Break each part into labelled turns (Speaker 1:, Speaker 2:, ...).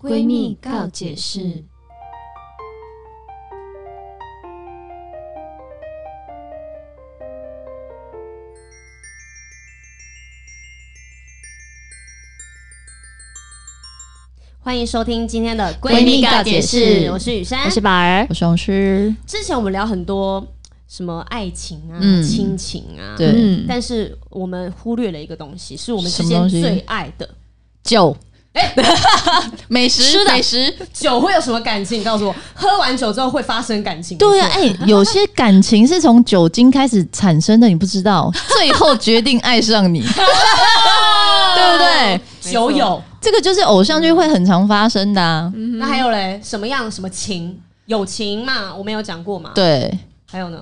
Speaker 1: 闺蜜告解室。
Speaker 2: 欢迎收听今天的
Speaker 1: 闺蜜告解室
Speaker 2: 我是雨珊
Speaker 1: 我。是宝儿，
Speaker 3: 我是红师，
Speaker 2: 之前我们聊很多什么爱情啊、
Speaker 3: 嗯
Speaker 2: 亲情啊，
Speaker 3: 对
Speaker 1: 嗯
Speaker 2: 但是我们忽略了一个东西，是我们之
Speaker 3: 什么
Speaker 2: 间
Speaker 3: 东西
Speaker 2: 最爱的
Speaker 3: 酒，美食
Speaker 2: 吃，的
Speaker 3: 美食，
Speaker 2: 酒会有什么感情？告诉我，喝完酒之后会发生感情？
Speaker 3: 对啊，哎、有些感情是从酒精开始产生的，你不知道，最后决定爱上你， 对不对？
Speaker 2: 酒友。
Speaker 3: 这个就是偶像剧会很常发生的、啊，
Speaker 2: 那还有嘞，什么样什么情？友情嘛，我们有讲过嘛。，
Speaker 3: 对，
Speaker 2: 还有呢，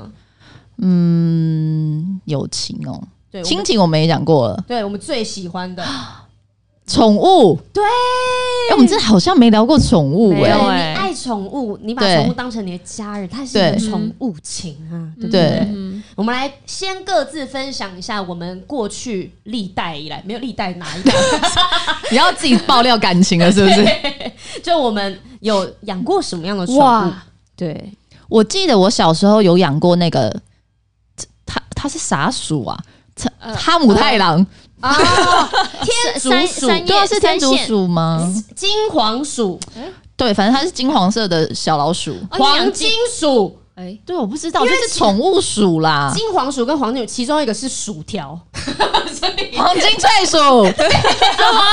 Speaker 3: 嗯，友情哦，
Speaker 2: 对，我
Speaker 3: 亲
Speaker 2: 们
Speaker 3: 情我们也讲过了，
Speaker 2: 对我们最喜欢 的，
Speaker 3: 宠物，
Speaker 2: 对，
Speaker 3: 哎、我们这好像没聊过宠物、
Speaker 1: 没
Speaker 3: 哎
Speaker 1: 有
Speaker 2: 对
Speaker 1: 哎
Speaker 2: 你爱宠物，你把
Speaker 3: 对
Speaker 2: 宠物当成你的家人，它是你的
Speaker 3: 对
Speaker 2: 宠物情啊，对不
Speaker 3: 对
Speaker 2: 对？我们来先各自分享一下我们过去历代以来，没有历代哪 一代，
Speaker 3: 你要自己爆料感情了，是不是？
Speaker 2: 就我们有养过什么样的宠物？
Speaker 1: 哇，对，
Speaker 3: 我记得我小时候有养过那个，它它是啥鼠啊？它哈姆太郎，
Speaker 2: 啊， 天竺
Speaker 1: 三
Speaker 2: 鼠、
Speaker 1: 三
Speaker 3: 对啊，是天竺
Speaker 1: 三
Speaker 3: 鼠吗？
Speaker 2: 金黄鼠、
Speaker 3: 对，反正它是金黄色的小老鼠。
Speaker 1: 哦你养
Speaker 2: 黄金鼠、
Speaker 1: 哎，
Speaker 3: 对，我不知道，就是宠物鼠啦，
Speaker 2: 金黄鼠跟黄金鼠，其中一个是薯 条，
Speaker 3: 黄金脆 鼠。怎么了？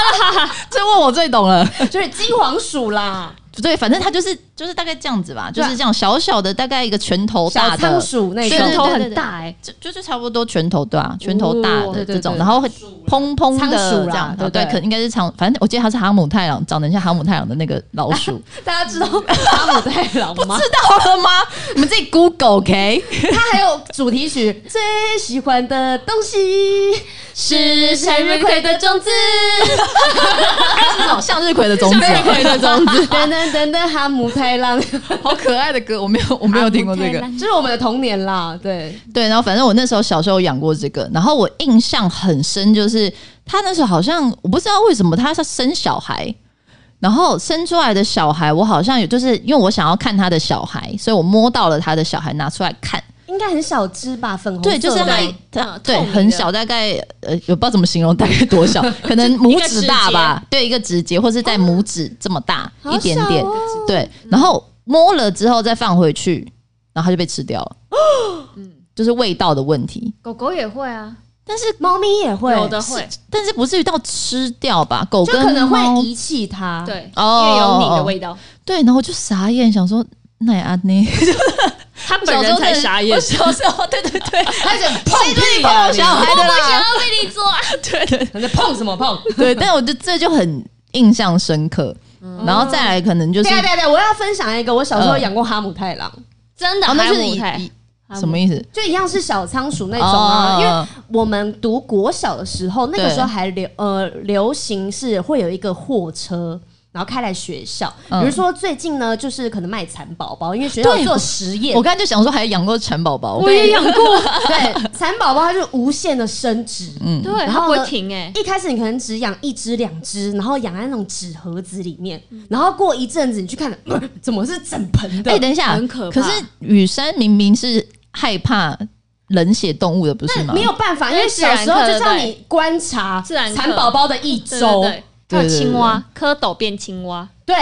Speaker 3: 这问我最懂了。
Speaker 2: 就是金黄鼠啦，
Speaker 3: 对，反正它就是就是大概这样子吧，就是这样小小的，大概一个拳头
Speaker 2: 小
Speaker 3: 大
Speaker 2: 仓
Speaker 3: 的，
Speaker 2: 鼠那
Speaker 3: 对
Speaker 1: 拳
Speaker 2: 种。
Speaker 1: 头很大
Speaker 2: 欸
Speaker 1: 哎，
Speaker 3: 就就是差不多拳头对啊，拳头大
Speaker 1: 哦
Speaker 3: 的
Speaker 2: 对对
Speaker 3: 这种，
Speaker 2: 对
Speaker 3: 然后会砰砰
Speaker 2: 仓
Speaker 3: 的
Speaker 2: 鼠啦
Speaker 3: 这样，
Speaker 2: 对
Speaker 3: 对
Speaker 2: 对
Speaker 3: 可应该是长，反正我记得它是哈姆太郎，长得很像哈姆太郎的那个老 鼠。
Speaker 2: 大家知道 哈姆太郎吗？
Speaker 3: 知道了吗？你们自己 Google OK。
Speaker 2: 他还有主题曲《最喜欢的东西是向日葵的种子》，
Speaker 3: 它是那种向日葵的种子，啊
Speaker 1: 的种子，
Speaker 2: 等等等等，哈姆太郎，
Speaker 3: 好可爱的歌，我没有我没有听过这个。
Speaker 2: 这是我们的童年啦。对，
Speaker 3: 对，然后反正我那时候小时候养过这个，然后我印象很深，就是它那时候好像我不知道为什么它是生小孩。然后生出来的小孩，我好像有，就是因为我想要看他的小孩，所以我摸到了他的小孩，拿出来看。
Speaker 2: 应该很小只吧，粉红
Speaker 3: 对，就是
Speaker 2: 色的
Speaker 3: 它
Speaker 2: 嗯
Speaker 3: 它对
Speaker 2: 透明的
Speaker 3: 很小，大概呃，我不知道怎么形容，大概多小，可能拇指大吧，对，一个指节或是在拇指这么大、
Speaker 2: 好
Speaker 3: 一点
Speaker 2: 小
Speaker 3: 点，
Speaker 2: 哦
Speaker 3: 对，然后摸了之后再放回去，然后它就被吃 掉了，
Speaker 2: 嗯
Speaker 3: 就是味道的问题。
Speaker 1: 狗狗也会啊，
Speaker 2: 但是猫咪也会，
Speaker 1: 有的会，
Speaker 3: 但是不至于到吃掉吧？狗
Speaker 2: 就
Speaker 3: 跟
Speaker 2: 可能
Speaker 3: 猫
Speaker 2: 会遗弃它。，
Speaker 1: 对，因
Speaker 3: 哦
Speaker 1: 为有你的味道，
Speaker 3: 对，然后我就傻眼，想说那也啊安呢，小
Speaker 1: 他本
Speaker 3: 时
Speaker 1: 人
Speaker 3: 候
Speaker 1: 才
Speaker 3: 真的
Speaker 1: 傻眼
Speaker 3: 我，小时候哦对对 对，
Speaker 2: 而且 碰屁
Speaker 3: 碰
Speaker 2: 啊！
Speaker 3: 小
Speaker 2: 你
Speaker 3: 孩的啦，
Speaker 1: 要被你做，
Speaker 3: 对对
Speaker 2: 你在碰什么碰？
Speaker 3: 对，但我就这就很印象深刻。
Speaker 2: 嗯
Speaker 3: 然后再来可能就是
Speaker 2: 对啊对啊对啊，我要分享一个，我小时候养过哈姆太郎，
Speaker 1: 真的
Speaker 3: 哦，那
Speaker 1: 还
Speaker 3: 就是
Speaker 1: 母
Speaker 3: 以
Speaker 1: 胎
Speaker 3: 以，什么意思？
Speaker 2: 嗯就一样是小仓鼠那种啊，因为
Speaker 3: 哦
Speaker 2: 我们读国小的时候，那个
Speaker 3: 对
Speaker 2: 时候还流呃流行是会有一个货车。然后开来学校，比
Speaker 3: 嗯
Speaker 2: 如说最近呢，就是可能卖蚕宝宝，因为学校有
Speaker 3: 对
Speaker 2: 做实验
Speaker 3: 我，刚才就想说，还养过蚕宝宝，
Speaker 1: 我也养过，
Speaker 2: 对，蚕宝宝它就无限的生殖。
Speaker 3: 嗯，
Speaker 1: 对，
Speaker 2: 然
Speaker 1: 它
Speaker 2: 后
Speaker 1: 不
Speaker 2: 呢
Speaker 1: 会停哎，
Speaker 2: 一开始你可能只养一只、两只，然后养在那种纸盒子里面，然后过一阵子你去看，呃怎么是整盆的？
Speaker 3: 哎、等一下，
Speaker 1: 很可怕
Speaker 3: 是雨山明明是害怕冷血动物的，不是
Speaker 2: 那
Speaker 3: 吗？
Speaker 2: 没有办法，因为
Speaker 1: 对自然
Speaker 2: 小时候
Speaker 1: 课
Speaker 2: 就叫
Speaker 1: 对
Speaker 2: 你观察
Speaker 1: 自然课
Speaker 2: 蚕宝宝的一
Speaker 1: 对
Speaker 2: 周，
Speaker 1: 对对，还
Speaker 3: 对
Speaker 1: 有
Speaker 3: 对对
Speaker 1: 青蛙，蝌蚪变青蛙，
Speaker 2: 对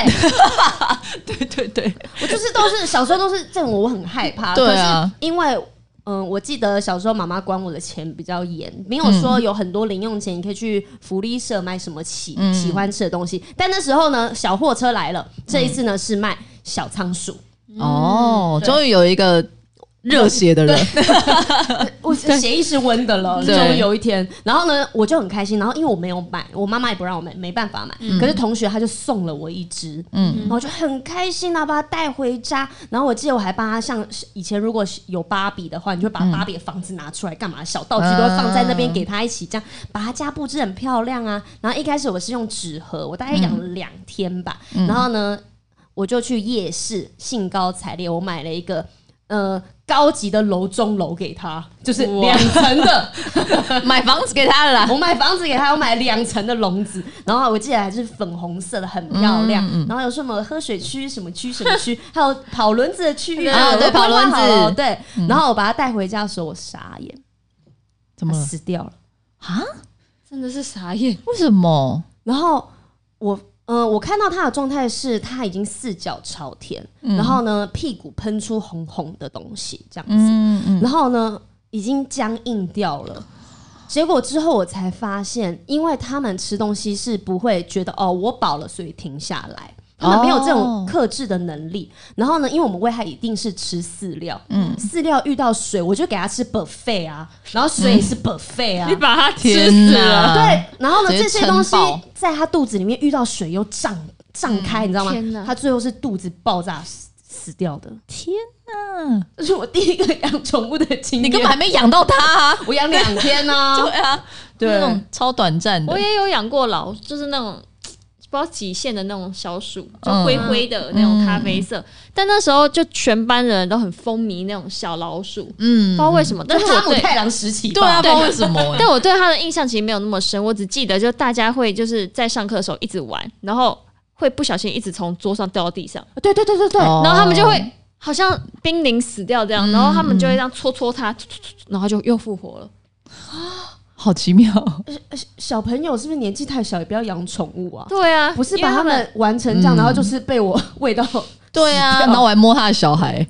Speaker 3: 对对对，
Speaker 2: 我就是都是小时候都是这种，我很害怕。
Speaker 3: 对啊
Speaker 2: 可是因为嗯，我记得小时候妈妈管我的钱比较严，没有说有很多零用钱，你可以去福利社买什么喜、
Speaker 3: 嗯
Speaker 2: 喜欢吃的东西。但那时候呢，小货车来了，这一次呢是卖小仓鼠。
Speaker 3: 哦，终于有一个热血的人，
Speaker 2: 我血液是温的了，
Speaker 3: 对
Speaker 2: 终于有一天，然后呢，我就很开心。然后因为我没有买，我妈妈也不让我买，没办法买。可是同学他就送了我一只，嗯，然后我就很开心啊，把它带回家。然后我记得我还帮他像以前如果是有芭比的话，你就把芭比的房子拿出来干嘛？小道具都会放在那边
Speaker 3: 嗯
Speaker 2: 给他一起，这样把他家布置很漂亮啊。然后一开始我是用纸盒，我大概养了两天吧。然后呢，我就去夜市，兴高采烈，我买了一个呃高级的楼中楼给他，就是两层的。
Speaker 3: 买房子给他了啦。
Speaker 2: 我买房子给他，我买两层的笼子，然后我记得还是粉红色的，很漂亮。
Speaker 3: 嗯
Speaker 2: 然后有什么喝水区、什么区、什么区，还有跑轮子的区域，
Speaker 3: 啊
Speaker 2: 我
Speaker 3: 对
Speaker 2: 都规划
Speaker 3: 跑轮子嗯
Speaker 2: 好了对，然后我把它带回家的时候，我傻眼，
Speaker 3: 怎
Speaker 2: 它
Speaker 3: 么了
Speaker 2: 死掉了。
Speaker 3: 啊？
Speaker 1: 真的是傻 眼。
Speaker 3: 为什么？
Speaker 2: 然后我，呃，我看到它的状态是它已经四脚朝天，
Speaker 3: 嗯
Speaker 2: 然后呢，屁股喷出红红的东西，这样子。
Speaker 3: 嗯嗯，
Speaker 2: 然后呢，已经僵硬掉了。结果之后我才发现，因为他们吃东西是不会觉得哦，我饱了，所以停下来。他们没有这种
Speaker 3: 哦
Speaker 2: 克制的能力。然后呢，因为我们喂它一定是吃饲料，嗯，饲料遇到水，我就给它吃 buffet 啊，然后水也是 buffet 啊，
Speaker 1: 你把它吃
Speaker 3: 天
Speaker 1: 死
Speaker 3: 哪
Speaker 1: 了，
Speaker 2: 对，然后呢，
Speaker 3: 嗯直接
Speaker 2: 这些东西
Speaker 3: 撑爆
Speaker 2: 在它肚子里面遇到水又胀胀开，你知道
Speaker 1: 天
Speaker 2: 吗
Speaker 1: 哪？
Speaker 2: 它最后是肚子爆炸死死掉的。
Speaker 3: 天哪！
Speaker 2: 这是我第一个养宠物的经验。
Speaker 3: 你根本还没养到它啊！
Speaker 2: 我养两天呢、
Speaker 3: 对啊，
Speaker 2: 对
Speaker 3: 那种超短暂的
Speaker 1: 我。也有养过老，就是那种不知道几线的那种小鼠，就
Speaker 3: 嗯
Speaker 1: 灰灰的那种咖啡色。但那时候就全班人都很风靡那种小老鼠，不
Speaker 3: 嗯
Speaker 1: 知，道为什么。但是我
Speaker 2: 哈姆
Speaker 1: 对，
Speaker 2: 太郎时期
Speaker 3: 对
Speaker 2: 吧
Speaker 3: 啊，不知道为什么欸
Speaker 1: 但我对它的印象其实没有那么深，我只记得就大家会就是在上课的时候一直玩，然后会不小心一直从桌上掉到地上，
Speaker 2: 对对对对对，
Speaker 3: 哦
Speaker 1: 然后他们就会。好像濒临死掉这样，然后他们就会这样搓搓它，搓搓搓然后它就又复活了。
Speaker 3: 好奇妙，
Speaker 2: 小朋友是不是年纪太小也不要养宠物啊？
Speaker 1: 对啊，
Speaker 2: 不是
Speaker 1: 因为
Speaker 2: 把他们玩成这样，然后就是被我喂到
Speaker 3: 对啊，然后我还摸他的小孩，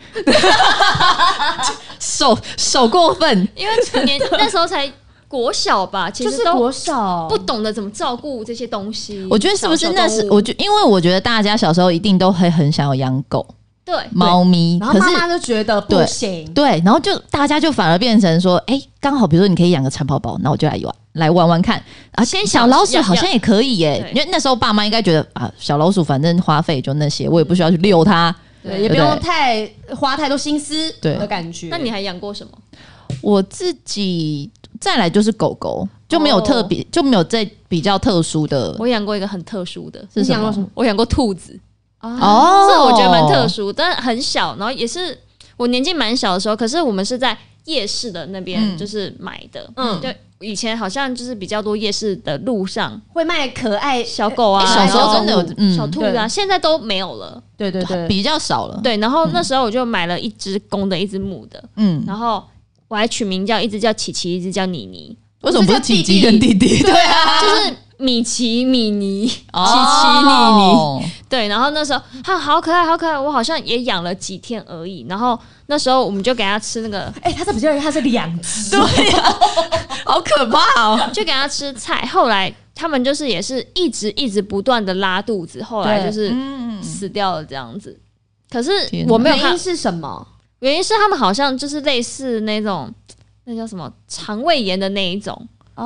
Speaker 3: 手手过分，
Speaker 1: 因为 年那时候才国小吧，其
Speaker 2: 就是
Speaker 1: 实都
Speaker 2: 国小
Speaker 1: 不懂得怎么照顾这些东西。
Speaker 3: 我觉得是不是那
Speaker 1: 小
Speaker 3: 是
Speaker 1: 动？物
Speaker 3: 我觉因为我觉得大家小时候一定都会很想要养狗、
Speaker 1: 对
Speaker 3: 猫咪，
Speaker 2: 然后
Speaker 3: 可
Speaker 2: 妈
Speaker 3: 是
Speaker 2: 妈就觉得不
Speaker 3: 对
Speaker 2: 行，
Speaker 3: 对，然后就大家就反而变成说，哎、刚好比如说你可以养个蚕宝宝，那我就来玩来玩玩看。啊，
Speaker 1: 先
Speaker 3: 小
Speaker 1: 养
Speaker 3: 老鼠
Speaker 1: 养
Speaker 3: 好像也可以耶、
Speaker 1: 对
Speaker 3: 因为那时候爸妈应该觉得啊，小老鼠反正花费就那些，我也不需要去遛它。
Speaker 2: 对，也不
Speaker 3: 对
Speaker 2: 用太花太多心思
Speaker 3: 对
Speaker 2: 的感觉。
Speaker 1: 那你还养过什么？
Speaker 3: 我自己再来就是狗狗，就没有特别、就没有在比较特殊的
Speaker 1: 我养过一个很特殊的，
Speaker 3: 是
Speaker 2: 你
Speaker 3: 什
Speaker 2: 养
Speaker 3: 么
Speaker 2: 了什么？
Speaker 1: 我养过兔子，
Speaker 3: 哦，
Speaker 1: 这我觉得蛮特。殊，但很小，然后也是我年纪蛮小的时候，可是我们是在夜市的那边
Speaker 3: 嗯
Speaker 1: 就是买的，
Speaker 2: 嗯
Speaker 1: 嗯，就以前好像就是比较多夜市的路上
Speaker 2: 会卖可爱
Speaker 1: 小狗啊，
Speaker 3: 诶哎小时候真的有
Speaker 1: 然后
Speaker 3: 嗯
Speaker 1: 小兔子啊，现在都没有了。
Speaker 2: 哦对对对，
Speaker 3: 比较少了，
Speaker 1: 对，然后那时候我就买了一只公的，一只母的，
Speaker 3: 嗯，
Speaker 1: 然后我还取名叫一只叫琪琪，一只叫妮妮，
Speaker 3: 为什么不是姐姐跟弟弟？对啊，
Speaker 1: 就是米奇、米妮。
Speaker 3: 哦琪琪妮妮，
Speaker 1: 对，然后那时候它好可爱，好可爱，我好像也养了几天而已。然后那时候我们就给它吃那个，
Speaker 2: 哎，它是比较，它是两只，
Speaker 3: 好可怕哦！
Speaker 1: 就给它吃菜。后来他们就是也是一直一直不断的拉肚子，后来就是
Speaker 3: 嗯，
Speaker 1: 死掉了这样子。可是
Speaker 3: 天哪
Speaker 1: 我没有
Speaker 2: 原
Speaker 1: 看
Speaker 2: 因，是什么？
Speaker 1: 原因是他们好像就是类似那种那叫什么肠胃炎的那一种，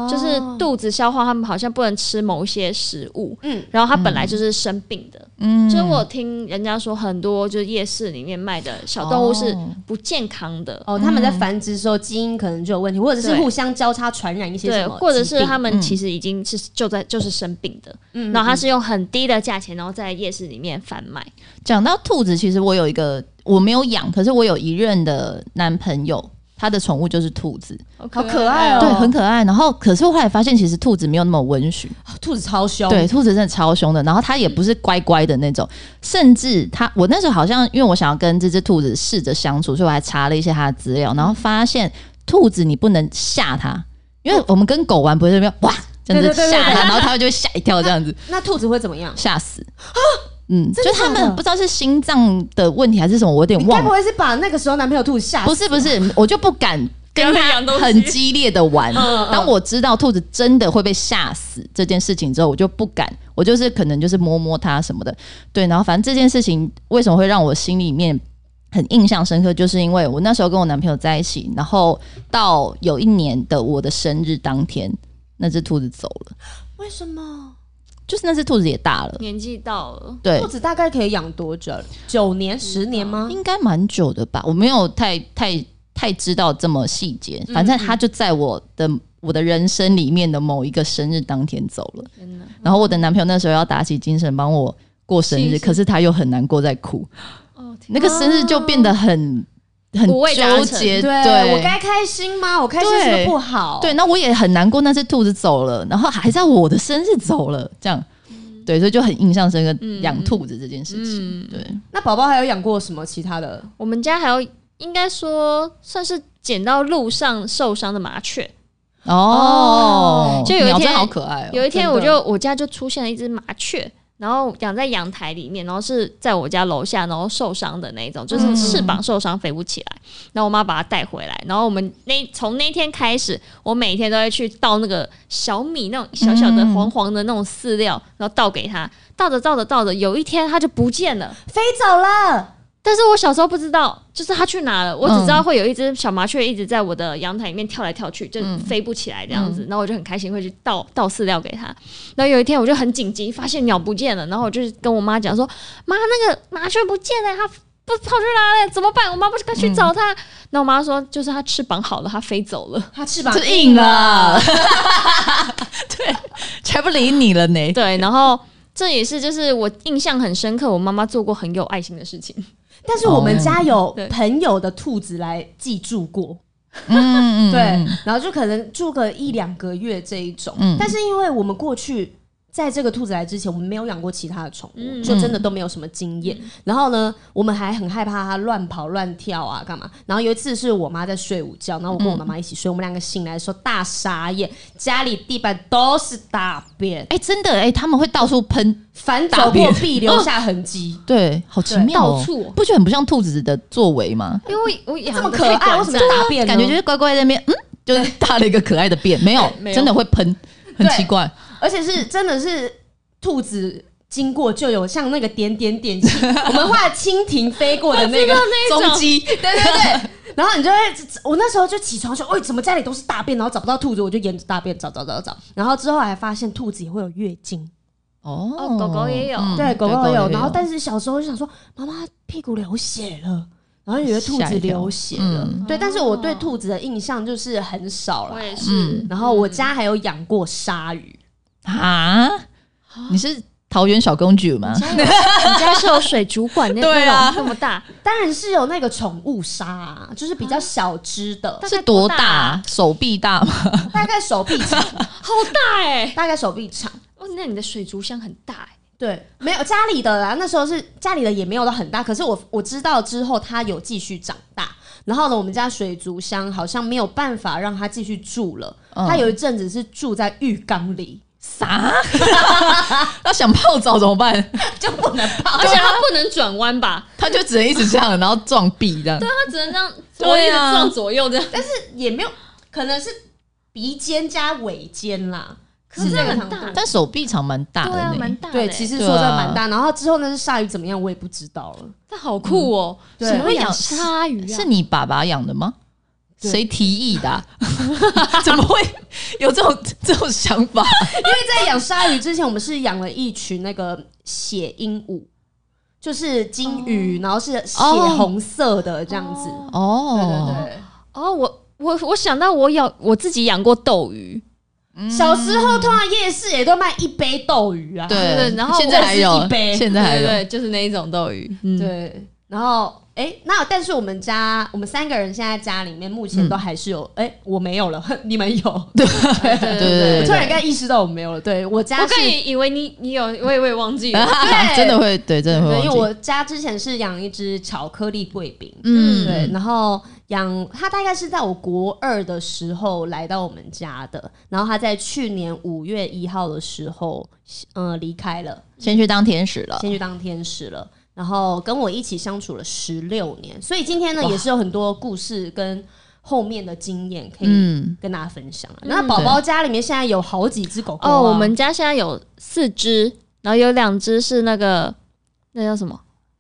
Speaker 1: 就是
Speaker 2: 哦
Speaker 1: 肚子消化，他们好像不能吃某些食物。
Speaker 2: 嗯，
Speaker 1: 然后它本来就是生病的，
Speaker 3: 嗯
Speaker 1: 所以我有听人家说，很多就是夜市里面卖的小动物是不健康的，
Speaker 2: 哦，他们在繁殖的时候基因可能就有问题，或者是
Speaker 1: 对
Speaker 2: 互相交叉传染一些
Speaker 1: 对，
Speaker 2: 什么疾病，
Speaker 1: 或者是他
Speaker 3: 嗯
Speaker 1: 们其实已经是就在就是生病的，
Speaker 2: 嗯，
Speaker 1: 然后它是用很低的价钱，然后在夜市里面贩卖。
Speaker 3: 讲到兔子，其实我有一个我没有养，可是我有一任的男朋友，他的宠物就是兔子，
Speaker 2: 好可爱哦
Speaker 3: 对，很可爱。然后，可是我后来发现，其实兔子没有那么温驯，
Speaker 2: 嗯兔子超凶，
Speaker 3: 对，兔子真的超凶的。然后它也不是乖乖的那种，甚至它，我那时候好像因为我想要跟这只兔子试着相处，所以我还查了一些它的资料，然后发现兔子你不能吓它，因为我们跟狗玩不是要哇这样
Speaker 2: 对
Speaker 3: 子
Speaker 2: 对对
Speaker 3: 吓
Speaker 2: 对
Speaker 3: 它，然后它就会吓一跳这样子。
Speaker 2: 那兔子会怎么样？
Speaker 3: 吓死。嗯，
Speaker 2: 啊真
Speaker 3: 就
Speaker 2: 的
Speaker 3: 他
Speaker 2: 假的
Speaker 3: 们不知道是心脏的问题还是什么，我
Speaker 2: 你
Speaker 3: 有点
Speaker 2: 该
Speaker 3: 忘
Speaker 2: 不
Speaker 3: 了。
Speaker 2: 会是把那个时候男朋友兔子吓死？
Speaker 3: 不是不是，我就不敢跟
Speaker 1: 不要再
Speaker 3: 他
Speaker 1: 养东西
Speaker 3: 很激烈的玩。
Speaker 2: 嗯嗯
Speaker 3: 当我知道兔子真的会被吓死这件事情之后，我就不敢，我就是可能就是摸摸它什么的。对，然后反正这件事情为什么会让我心里面很印象深刻，就是因为我那时候跟我男朋友在一起，然后到有一年的我的生日当天，那只兔子走了，
Speaker 2: 为什么？
Speaker 3: 就是那只兔子也大了。
Speaker 1: 年纪到了，
Speaker 3: 对
Speaker 2: 兔，子大概可以养多久？九年、十年吗？
Speaker 3: 应该蛮久的吧，我没有太太太知道这么细节，
Speaker 1: 嗯
Speaker 3: 反正他就在我的我的人生里面的某一个生日当天走了，
Speaker 1: 天哪，
Speaker 3: 然后我的男朋友那时候要打起精神帮我过生日，
Speaker 1: 是是
Speaker 3: 可是他又很难过在哭，
Speaker 1: 哦，天
Speaker 3: 那个生日就变得很很
Speaker 1: 五味杂
Speaker 3: 纠
Speaker 1: 陈
Speaker 3: 结，
Speaker 2: 对我该开心吗？我开心是不是
Speaker 3: 对
Speaker 2: 不好？
Speaker 3: 对，那我也很难过，那只兔子走了，然后还在我的生日走了，这样，
Speaker 1: 嗯
Speaker 3: 对，所以就很印象深刻养兔子这件事情。对，
Speaker 2: 那宝宝还有养过什么其他的？
Speaker 1: 我们家还有应该说算是捡到路上受伤的麻雀。
Speaker 3: 哦，
Speaker 1: 就有一
Speaker 3: 鸟真
Speaker 1: 天
Speaker 3: 好可爱哦，
Speaker 1: 有一天，
Speaker 2: 真的
Speaker 1: 我就我家就出现了一只麻雀，然后养在阳台里面，然后是在我家楼下，然后受伤的那一种，就是翅膀受伤飞不起来。然后我妈把它带回来，然后我们那从那天开始，我每天都会去倒那个小米那种小小的
Speaker 3: 嗯
Speaker 1: 黄黄的那种饲料，然后倒给它，倒着倒着倒着，有一天它就不见了。
Speaker 2: 飞走了，
Speaker 1: 但是我小时候不知道，就是它去哪了。我只知道会有一只小麻雀一直在我的阳台里面跳来跳去，就飞不起来这样子。然后我就很开心，会去倒倒饲料给它。然后有一天我就很紧急，发现鸟不见了，然后我就跟我妈讲说：“妈，那个麻雀不见了，它不跑去哪了？怎么办？我妈不是该去找它？”那、我妈说：“就是它翅膀好了，它飞走了。”
Speaker 2: 它翅膀
Speaker 3: 就 硬了，对，才不理你了呢。
Speaker 1: 对，然后。这也是就是我印象很深刻，我妈妈做过很有爱心的事情。
Speaker 2: 但是我们家
Speaker 3: 哦
Speaker 2: 有
Speaker 1: 对
Speaker 2: 朋友的兔子来寄住过，
Speaker 3: 嗯，嗯
Speaker 2: 对
Speaker 3: 嗯，
Speaker 2: 然后就可能住个一两个月这一种。
Speaker 3: 嗯
Speaker 2: 但是因为我们过去在这个兔子来之前，我们没有养过其他的宠物，
Speaker 1: 嗯
Speaker 2: 就真的都没有什么经验。
Speaker 3: 嗯
Speaker 2: 然后呢，我们还很害怕它乱跑乱跳啊，干嘛？然后有一次是我妈在睡午觉，然后我跟我妈妈一起睡，我们两个醒来的时候大傻眼，家里地板都是大便，
Speaker 3: 哎，真的，哎，他们会到处喷，
Speaker 2: 反
Speaker 3: 大
Speaker 2: 走过
Speaker 3: 便
Speaker 2: 必留下痕迹。
Speaker 3: 对，好奇妙哦，
Speaker 1: 到处
Speaker 3: 不觉得很不像兔子的作为吗？啊
Speaker 1: 因为我我养
Speaker 2: 这么
Speaker 1: 得
Speaker 2: 可
Speaker 1: 太
Speaker 2: 爱，
Speaker 1: 短
Speaker 2: 为什么
Speaker 1: 暂了
Speaker 2: 大便呢？
Speaker 3: 感觉就是乖乖在那边，嗯，就是大了一个可爱的便，没有，
Speaker 1: 没有
Speaker 3: 真的会喷，很
Speaker 2: 对
Speaker 3: 奇怪。
Speaker 2: 而且是真的是兔子经过就有像那个点点点，我们画蜻蜓飞过的那个
Speaker 1: 那一种
Speaker 2: 踪迹，对对对。然后你就会，我那时候就起床说：“哎、怎么家里都是大便？”然后找不到兔子，我就沿着大便找找找找。然后之后还发现兔子也会有月经，
Speaker 3: 哦
Speaker 1: 哦狗狗也有
Speaker 3: 嗯
Speaker 2: 对，狗狗有。然后
Speaker 3: 是
Speaker 2: 但是小时候就想说，妈妈屁股流血了，然后以为兔
Speaker 3: 吓
Speaker 2: 子
Speaker 3: 一跳
Speaker 2: 流血了。
Speaker 3: 嗯
Speaker 2: 对，但是我对
Speaker 1: 哦
Speaker 2: 兔子的印象就是很少了
Speaker 1: 我。也
Speaker 3: 嗯
Speaker 1: 是。
Speaker 2: 然后我家还有养过鲨鱼，
Speaker 3: 啊，你是桃园小公主吗？
Speaker 1: 嗯 你家是有水主管那
Speaker 3: 对啊
Speaker 1: 那种那么大，
Speaker 2: 当然是有那个宠物鲨、啊，就是比较小只的，
Speaker 1: 大概
Speaker 3: 是多
Speaker 1: 多大啊
Speaker 3: 大？手臂大吗？
Speaker 2: 大概手臂长，
Speaker 1: 好大哎、
Speaker 2: 大概手臂长。
Speaker 1: 哦，那你的水族箱很大哎、
Speaker 2: 对，没有家里的啦，那时候是家里的也没有到很大，可是我我知道之后它有继续长大。然后呢，我们家水族箱好像没有办法让它继续住了，
Speaker 3: 嗯
Speaker 2: 它有一阵子是住在浴缸里，
Speaker 3: 啥？ 那想泡澡怎么办？
Speaker 2: 就不能泡。
Speaker 1: 而且它不能转弯吧？
Speaker 3: 他就只能一直这样，然后撞壁这样。
Speaker 1: 它只能这样，
Speaker 3: 对啊
Speaker 1: 我一直撞左右这样。
Speaker 2: 但是也没有，可能是鼻尖加尾尖啦，
Speaker 1: 可是
Speaker 2: 这
Speaker 1: 这
Speaker 2: 个
Speaker 1: 样
Speaker 2: 长
Speaker 1: 很大，
Speaker 3: 但手臂长蛮大
Speaker 1: 对
Speaker 3: 的
Speaker 1: 啊，蛮
Speaker 3: 呢。
Speaker 1: 大的欸、
Speaker 2: 对，其实
Speaker 3: 对
Speaker 2: 说真的
Speaker 3: 啊
Speaker 2: 蛮大。然后之后那是鲨鱼怎么样，我也不知道了。
Speaker 1: 它好酷哦、
Speaker 2: 对
Speaker 1: 谁会
Speaker 3: 会养
Speaker 1: 养鲨鱼啊？
Speaker 3: 是你爸爸养的吗？
Speaker 2: 对
Speaker 3: 谁提议的啊、 怎么会有这种这种想法？
Speaker 2: 因为在养鲨鱼之前，我们是养了一群那个血鹦鹉，就是金鱼，然后是血红色的这样子。
Speaker 1: 哦
Speaker 2: 对
Speaker 3: 哦，
Speaker 2: 对对，
Speaker 1: 哦，我我我想到我养我自己养过斗鱼，
Speaker 2: 小时候通常夜市也都卖一杯斗鱼啊。
Speaker 1: 对对对然后
Speaker 3: 现在还
Speaker 2: 我是
Speaker 3: 有啊
Speaker 2: 一，杯
Speaker 3: 现在还
Speaker 1: 对
Speaker 3: 有，
Speaker 1: 对对，就是那一种斗鱼。嗯，
Speaker 2: 对，然后。哎、那但是我们家我们三个人现在家里面目前都还是有，哎、我没有了， 你们有。对，
Speaker 1: 嗯对对
Speaker 3: 对对
Speaker 2: 我
Speaker 3: 对
Speaker 2: 突然间意识到我没有了。对我家
Speaker 1: 我
Speaker 2: 是
Speaker 1: 刚也以为你你有，我以为忘记了。
Speaker 2: 对
Speaker 3: 真的会， 对，真的会
Speaker 2: 对，
Speaker 3: 忘
Speaker 2: 因为
Speaker 3: 记
Speaker 2: 我家之前是养一只巧克力贵宾，
Speaker 3: 嗯
Speaker 2: 对，然后养它大概是在我国二的时候来到我们家的，然后它在去年五月一号的时候，呃，离开了，
Speaker 3: 先去当天使了。
Speaker 2: 先去当天使了。然后跟我一起相处了十六年，所以今天呢
Speaker 3: 哇
Speaker 2: 也是有很多故事跟后面的经验可以
Speaker 3: 嗯，
Speaker 2: 跟大家分享啊。那宝宝家里面现在有好几只狗狗、啊、
Speaker 1: 哦，我们家现在有四只，然后有两只是那个那叫什么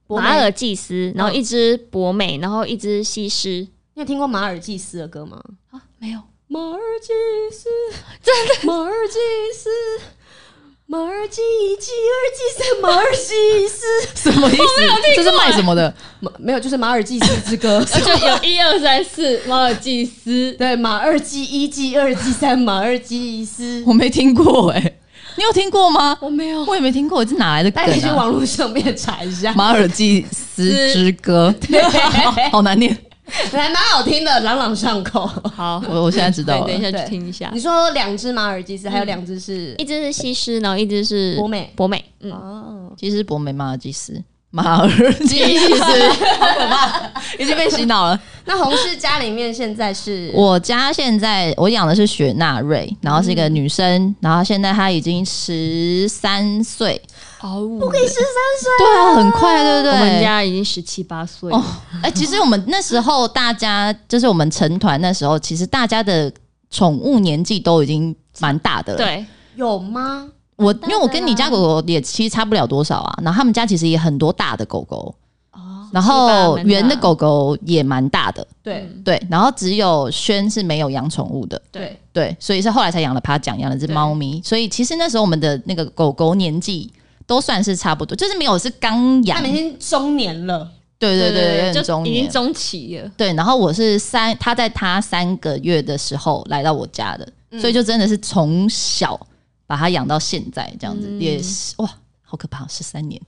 Speaker 2: 博
Speaker 1: 马
Speaker 2: 美
Speaker 1: 尔济斯，然后一只博美，然后一只西施。
Speaker 2: 你有听过马尔济斯的歌吗？
Speaker 1: 没有，
Speaker 2: 马尔济斯，真的马尔济斯，马尔济济尔济斯，马尔济斯，
Speaker 3: 什么 意思？这是
Speaker 1: 哎
Speaker 3: 卖什么的？
Speaker 2: 马 没有，就是马尔济斯之 歌。
Speaker 1: 就有一二三四 马尔济斯。
Speaker 2: 对，马二济一济二济三，马尔济斯，
Speaker 3: 我没听过哎、你有听过吗？
Speaker 1: 我没有，
Speaker 3: 我也没听过，这哪来的梗
Speaker 2: 大家可以去
Speaker 3: 啊？
Speaker 2: 网络上面查一下。
Speaker 3: 马尔济斯之歌，好难念。
Speaker 2: 还蛮好听的，朗朗上口。
Speaker 1: 好，
Speaker 3: 我我现在知
Speaker 1: 对，
Speaker 3: 道了
Speaker 1: 等一。下
Speaker 2: 对
Speaker 1: 去听一下
Speaker 2: 你。说两只马尔济斯，还有两只是
Speaker 1: 一只是西施，然后一只是
Speaker 2: 博美
Speaker 1: 博美，嗯，
Speaker 2: 哦，
Speaker 3: 其实博美马尔济斯，马尔济斯，好可怕，已经被哎洗脑了。
Speaker 2: 那红氏家里面现在 是
Speaker 3: 我家现在我养的是雪纳瑞，然后是一个女生，然后现在她已经十三岁，
Speaker 1: 好，不可以是
Speaker 3: 对啊，很快，对不对？
Speaker 1: 哦我们家已经十七八岁了
Speaker 3: 哦，哎、其实我们那时候大家就是我们成团那时候，其实大家的宠物年纪都已经蛮大的了。，
Speaker 1: 对，
Speaker 2: 有吗？
Speaker 3: 我
Speaker 2: 大
Speaker 3: 因为我跟你家狗狗也其实差不了多少啊，然后他们家其实也很多大的狗狗，
Speaker 1: 哦，
Speaker 3: 然后圆的狗啊狗也蛮大的，
Speaker 2: 对
Speaker 3: 对，然后只有轩是没有养宠物的。
Speaker 1: 对，
Speaker 3: 对，所以是后来才养了趴奖，养了只猫咪，所以其实那时候我们的那个狗狗年纪都算是差不多，就是没有是刚
Speaker 2: 他
Speaker 3: 养，
Speaker 2: 们已
Speaker 3: 对
Speaker 2: 经中年了，
Speaker 3: 对对，有点
Speaker 1: 就
Speaker 3: 中
Speaker 1: 已经
Speaker 3: 年，
Speaker 1: 中期了，
Speaker 3: 对，然后我是三，他在他三个月的时候来到我家的，所以就真的是从小把它养到现在这样子，也是哇，好可怕，十三年。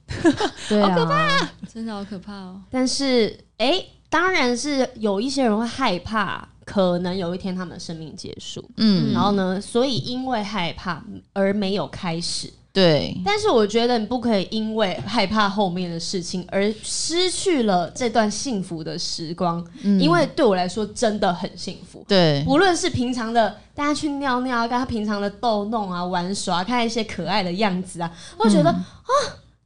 Speaker 2: 对 啊，好可怕。
Speaker 1: 真的好可怕哦。
Speaker 2: 但是，哎、当然是有一些人会害怕，可能有一天他们的生命结束。
Speaker 3: 嗯，
Speaker 2: 然后呢，所以因为害怕而没有开始。
Speaker 3: 对，
Speaker 2: 但是我觉得你不可以因为害怕后面的事情而失去了这段幸福的时光，因为对我来说真的很幸福。
Speaker 3: 对，
Speaker 2: 无论是平常的大家去尿尿啊，跟他平常的逗弄啊、玩耍啊、看一些可爱的样子啊，会觉得、啊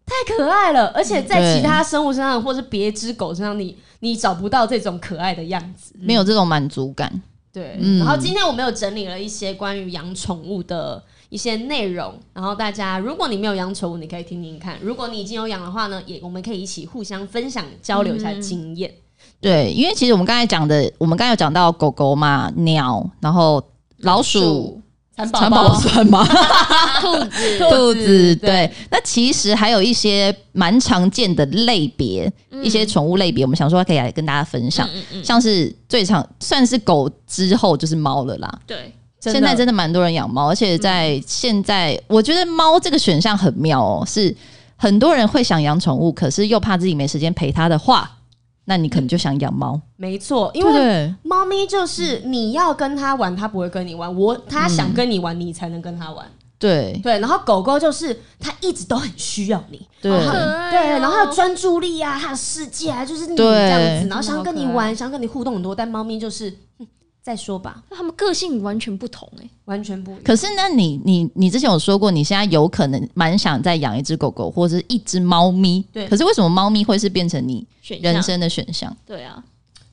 Speaker 2: 太可爱了。而且在
Speaker 3: 嗯对
Speaker 2: 其他生物身上，或是别只狗身上，你你找不到这种可爱的样子。
Speaker 3: 没有这种满足感。
Speaker 2: 对，
Speaker 3: 嗯
Speaker 2: 然后今天我们有整理了一些关于养宠物的一些内容，然后大家如果你没有养宠物，你可以听听看；如果你已经有养的话呢，也我们可以一起互相分享交流一
Speaker 3: 嗯
Speaker 2: 下经验。
Speaker 3: 对，因为其实我们刚才讲的，我们刚才有讲到狗狗嘛，鸟，然后老鼠。
Speaker 2: 蚕宝
Speaker 3: 蚕宝
Speaker 2: 宝、
Speaker 3: 算吗？
Speaker 2: 兔子、
Speaker 3: 兔子对，那其实还有一些蛮常见的类别，
Speaker 2: 嗯
Speaker 3: 一些宠物类别，我们想说可以来跟大家分享，
Speaker 1: 嗯
Speaker 3: 像是最常算是狗之后就是猫了啦。
Speaker 1: 对，
Speaker 2: 真的嗯
Speaker 3: 现在真的蛮多人养猫，而且在现在，我觉得猫这个选项很妙哦，是很多人会想养宠物，可是又怕自己没时间陪它的话，那你可能就想养猫，
Speaker 2: 没错，因
Speaker 3: 对不
Speaker 2: 为
Speaker 3: 对？
Speaker 2: 猫咪就是你要跟它玩，它不会跟你玩；我它想跟你玩，你才能跟它玩。
Speaker 3: 嗯对
Speaker 2: 对，然后狗狗就是它一直都很需要你，
Speaker 3: 对
Speaker 1: 好可
Speaker 2: 对，
Speaker 1: 爱哦
Speaker 2: 然后它的专注力啊，它的世界啊，就是你
Speaker 3: 对
Speaker 2: 这样子，然后想要跟你
Speaker 1: 好可
Speaker 2: 玩，想要跟你互动很多，但猫咪就是、嗯再说吧，
Speaker 1: 那他们个性完全不同哎，
Speaker 2: 完全不一样。
Speaker 3: 可是那你你你之前有说过，你现在有可能蛮想再养一只狗狗或者是一只猫咪，
Speaker 2: 对
Speaker 3: 可是为什么猫咪会是变成你
Speaker 1: 选
Speaker 3: 人
Speaker 1: 项
Speaker 3: 生的选项？
Speaker 1: 对啊，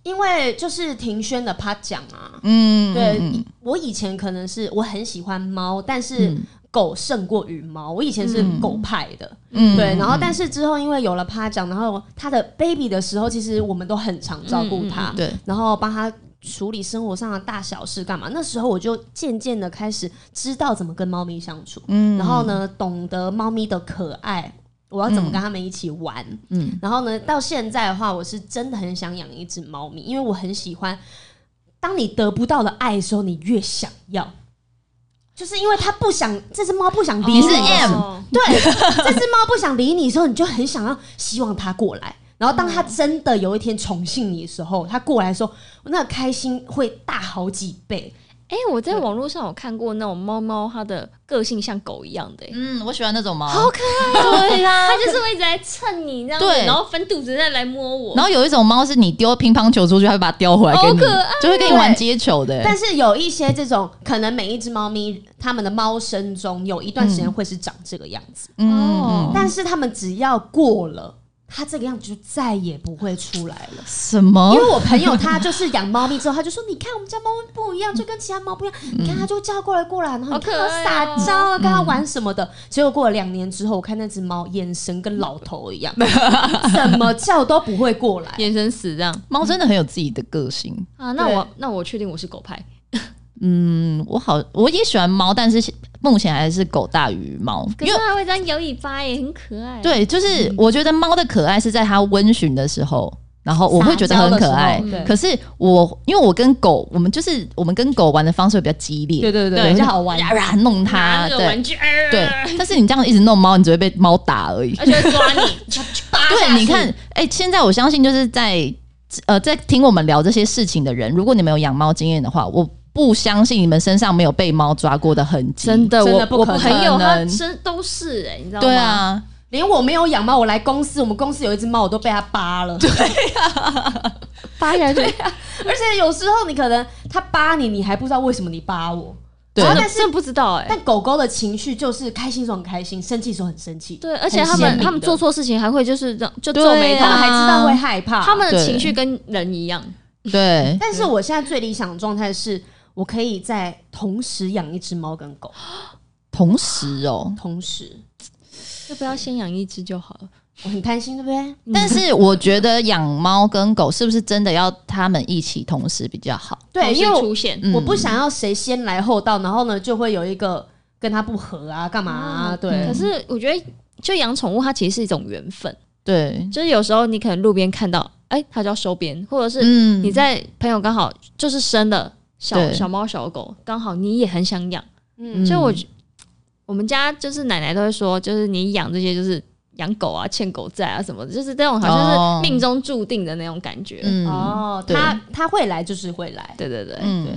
Speaker 2: 因为就是庭轩的趴奖啊，
Speaker 3: 嗯，
Speaker 2: 对、
Speaker 3: 嗯嗯
Speaker 2: 我以前可能是我很喜欢猫，但是狗胜过于猫，我以前是狗派的，
Speaker 3: 嗯
Speaker 2: 对，然后
Speaker 3: 嗯
Speaker 2: 但是之后因为有了趴奖，然后他的 baby 的时候，其实我们都很常照顾他，
Speaker 3: 嗯对
Speaker 2: 然后帮他处理生活上的大小事干嘛。那时候我就渐渐的开始知道怎么跟猫咪相处，
Speaker 3: 嗯
Speaker 2: 然后呢，懂得猫咪的可爱。我要怎么跟他们一起玩？嗯，然后呢，到现在的话，我是真的很想养一只猫咪，因为我很喜欢。当你得不到的爱的时候，你越想要，就是因为它不想这只猫不想理
Speaker 3: 你是
Speaker 2: 的时候
Speaker 3: M
Speaker 1: 哦
Speaker 2: 对， 这只猫不想理你的时候，你就很想要希望它过来。然后当它真的有一天宠幸你的时候，它过来的时候，那个开心会大好几倍。
Speaker 1: 哎、我在网络上有看过那种猫猫，它的个性像狗一样的、欸，
Speaker 3: 嗯，我喜欢那种猫，
Speaker 1: 好可爱、对 啦，它就是会一直来蹭你这样
Speaker 3: 嗯
Speaker 1: 子，
Speaker 3: 对
Speaker 1: 然后翻肚子再来摸我，
Speaker 3: 然后有一种猫是你丢乒乓球出去，它会把它叼回来给你
Speaker 1: 好可爱，
Speaker 3: 就会跟你玩接球的、
Speaker 2: 但是有一些这种，可能每一只猫咪，它们的猫生中有一段时间会是长这个样子，
Speaker 1: 哦
Speaker 3: 嗯，
Speaker 2: 但是它们只要过了，它这个样子就再也不会出来了。
Speaker 3: 什么
Speaker 2: 因？为我朋友他就是养猫咪之后，他就说：“你看我们家猫咪不一样，就跟其他猫不一样。你看它就叫过来过来，然后
Speaker 1: 好
Speaker 2: 你看
Speaker 1: 可
Speaker 2: 它
Speaker 1: 爱
Speaker 2: 撒
Speaker 1: 哦
Speaker 2: 娇啊，跟它玩什么的。”结果过了两年之后，我看那只猫眼神跟老头一样，怎么叫都不会过来。
Speaker 1: 眼神死这样
Speaker 3: 猫真的很有自己的个性。
Speaker 1: 啊。那
Speaker 2: 对
Speaker 1: 我那我确定我是狗派，
Speaker 3: 嗯，我好，我也喜欢猫，但是目前还是狗大于猫，
Speaker 1: 可
Speaker 3: 因
Speaker 1: 是
Speaker 3: 为
Speaker 1: 它会这样摇尾巴耶、很可爱。，
Speaker 3: 对，
Speaker 1: 嗯
Speaker 3: 就是我觉得猫的可爱是在它温驯的时候，然后 我会觉得很可
Speaker 2: 撒
Speaker 3: 爱
Speaker 2: 娇。的时候
Speaker 3: 可是我因为我跟狗，我们就是我们跟狗玩的方式会比较激烈，
Speaker 2: 对对对
Speaker 3: 对，
Speaker 2: 对，比较好玩。
Speaker 3: 呀呀弄
Speaker 1: 拿
Speaker 3: 它，
Speaker 1: 那个
Speaker 3: 对
Speaker 1: 玩具，呃
Speaker 3: 对。但是你这样一直弄猫，你只会
Speaker 1: 啊
Speaker 3: 被猫打而已。
Speaker 1: 而且会抓你，
Speaker 2: 扒下
Speaker 3: 对，
Speaker 2: 去
Speaker 3: 你看，，哎、现在我相信就是在呃，在听我们聊这些事情的人，如果你们有养猫经验的话，我不相信你们身上没有被猫抓过的痕迹。
Speaker 1: 真的，
Speaker 2: 真
Speaker 1: 我
Speaker 2: 的不
Speaker 1: 我
Speaker 2: 可
Speaker 1: 朋友他
Speaker 3: 能
Speaker 1: 真都是哎、你知道吗？
Speaker 3: 对，啊，
Speaker 2: 连我没有养猫，我来公司，我们公司有一只猫，我都被它扒了。对，
Speaker 1: 发下去，
Speaker 2: 而且有时候你可能它扒你，你还不知道为什么你扒我。
Speaker 3: 对
Speaker 2: 然后
Speaker 1: 真
Speaker 2: 但
Speaker 1: 的
Speaker 2: 是
Speaker 1: 真的不知道哎、
Speaker 2: 但狗狗的情绪就是开心时候很开心，生气时候很生气，
Speaker 1: 对，而且他
Speaker 3: 很鲜
Speaker 1: 们
Speaker 3: 明
Speaker 1: 他们
Speaker 2: 的
Speaker 1: 做错事情还会就是这样就
Speaker 3: 对
Speaker 1: 皱眉
Speaker 3: 啊
Speaker 1: 头，
Speaker 2: 他们还
Speaker 1: 还
Speaker 2: 知道会害怕。
Speaker 1: 他们的
Speaker 3: 对
Speaker 1: 情绪跟人一样，
Speaker 3: 对，
Speaker 2: 但是我现在最理想的状态是我可以在同时养一只猫跟狗，
Speaker 3: 同时哦，
Speaker 2: 同时
Speaker 1: 要不要先养一只就好了？
Speaker 2: 我很贪心，对不对？
Speaker 3: 但是我觉得养猫跟狗是不是真的要他们一起同时比较好？
Speaker 2: 对，
Speaker 1: 同时
Speaker 2: 因为我
Speaker 1: 出现
Speaker 3: 嗯
Speaker 2: 我不想要谁先来后到，然后呢就会有一个跟他不合啊，干嘛啊？对
Speaker 1: 嗯可，是我觉得就养宠物，它其实是一种缘分，
Speaker 3: 对，
Speaker 1: 就是有时候你可能路边看到，哎、它就要收编，或者是
Speaker 3: 嗯
Speaker 1: 你在朋友刚好就是生的小
Speaker 3: 对
Speaker 1: 小猫小狗，刚好你也很想养，
Speaker 2: 嗯
Speaker 1: 所以我
Speaker 3: 嗯
Speaker 1: 我们家就是奶奶都会说，就是你养这些就是。养狗啊，欠狗债啊什么的，就是这种好像
Speaker 3: 哦
Speaker 1: 是命中注定的那种感觉。
Speaker 3: 嗯
Speaker 2: 哦，
Speaker 3: 对
Speaker 2: 他他会来就是会来，
Speaker 1: 对对对，
Speaker 3: 嗯，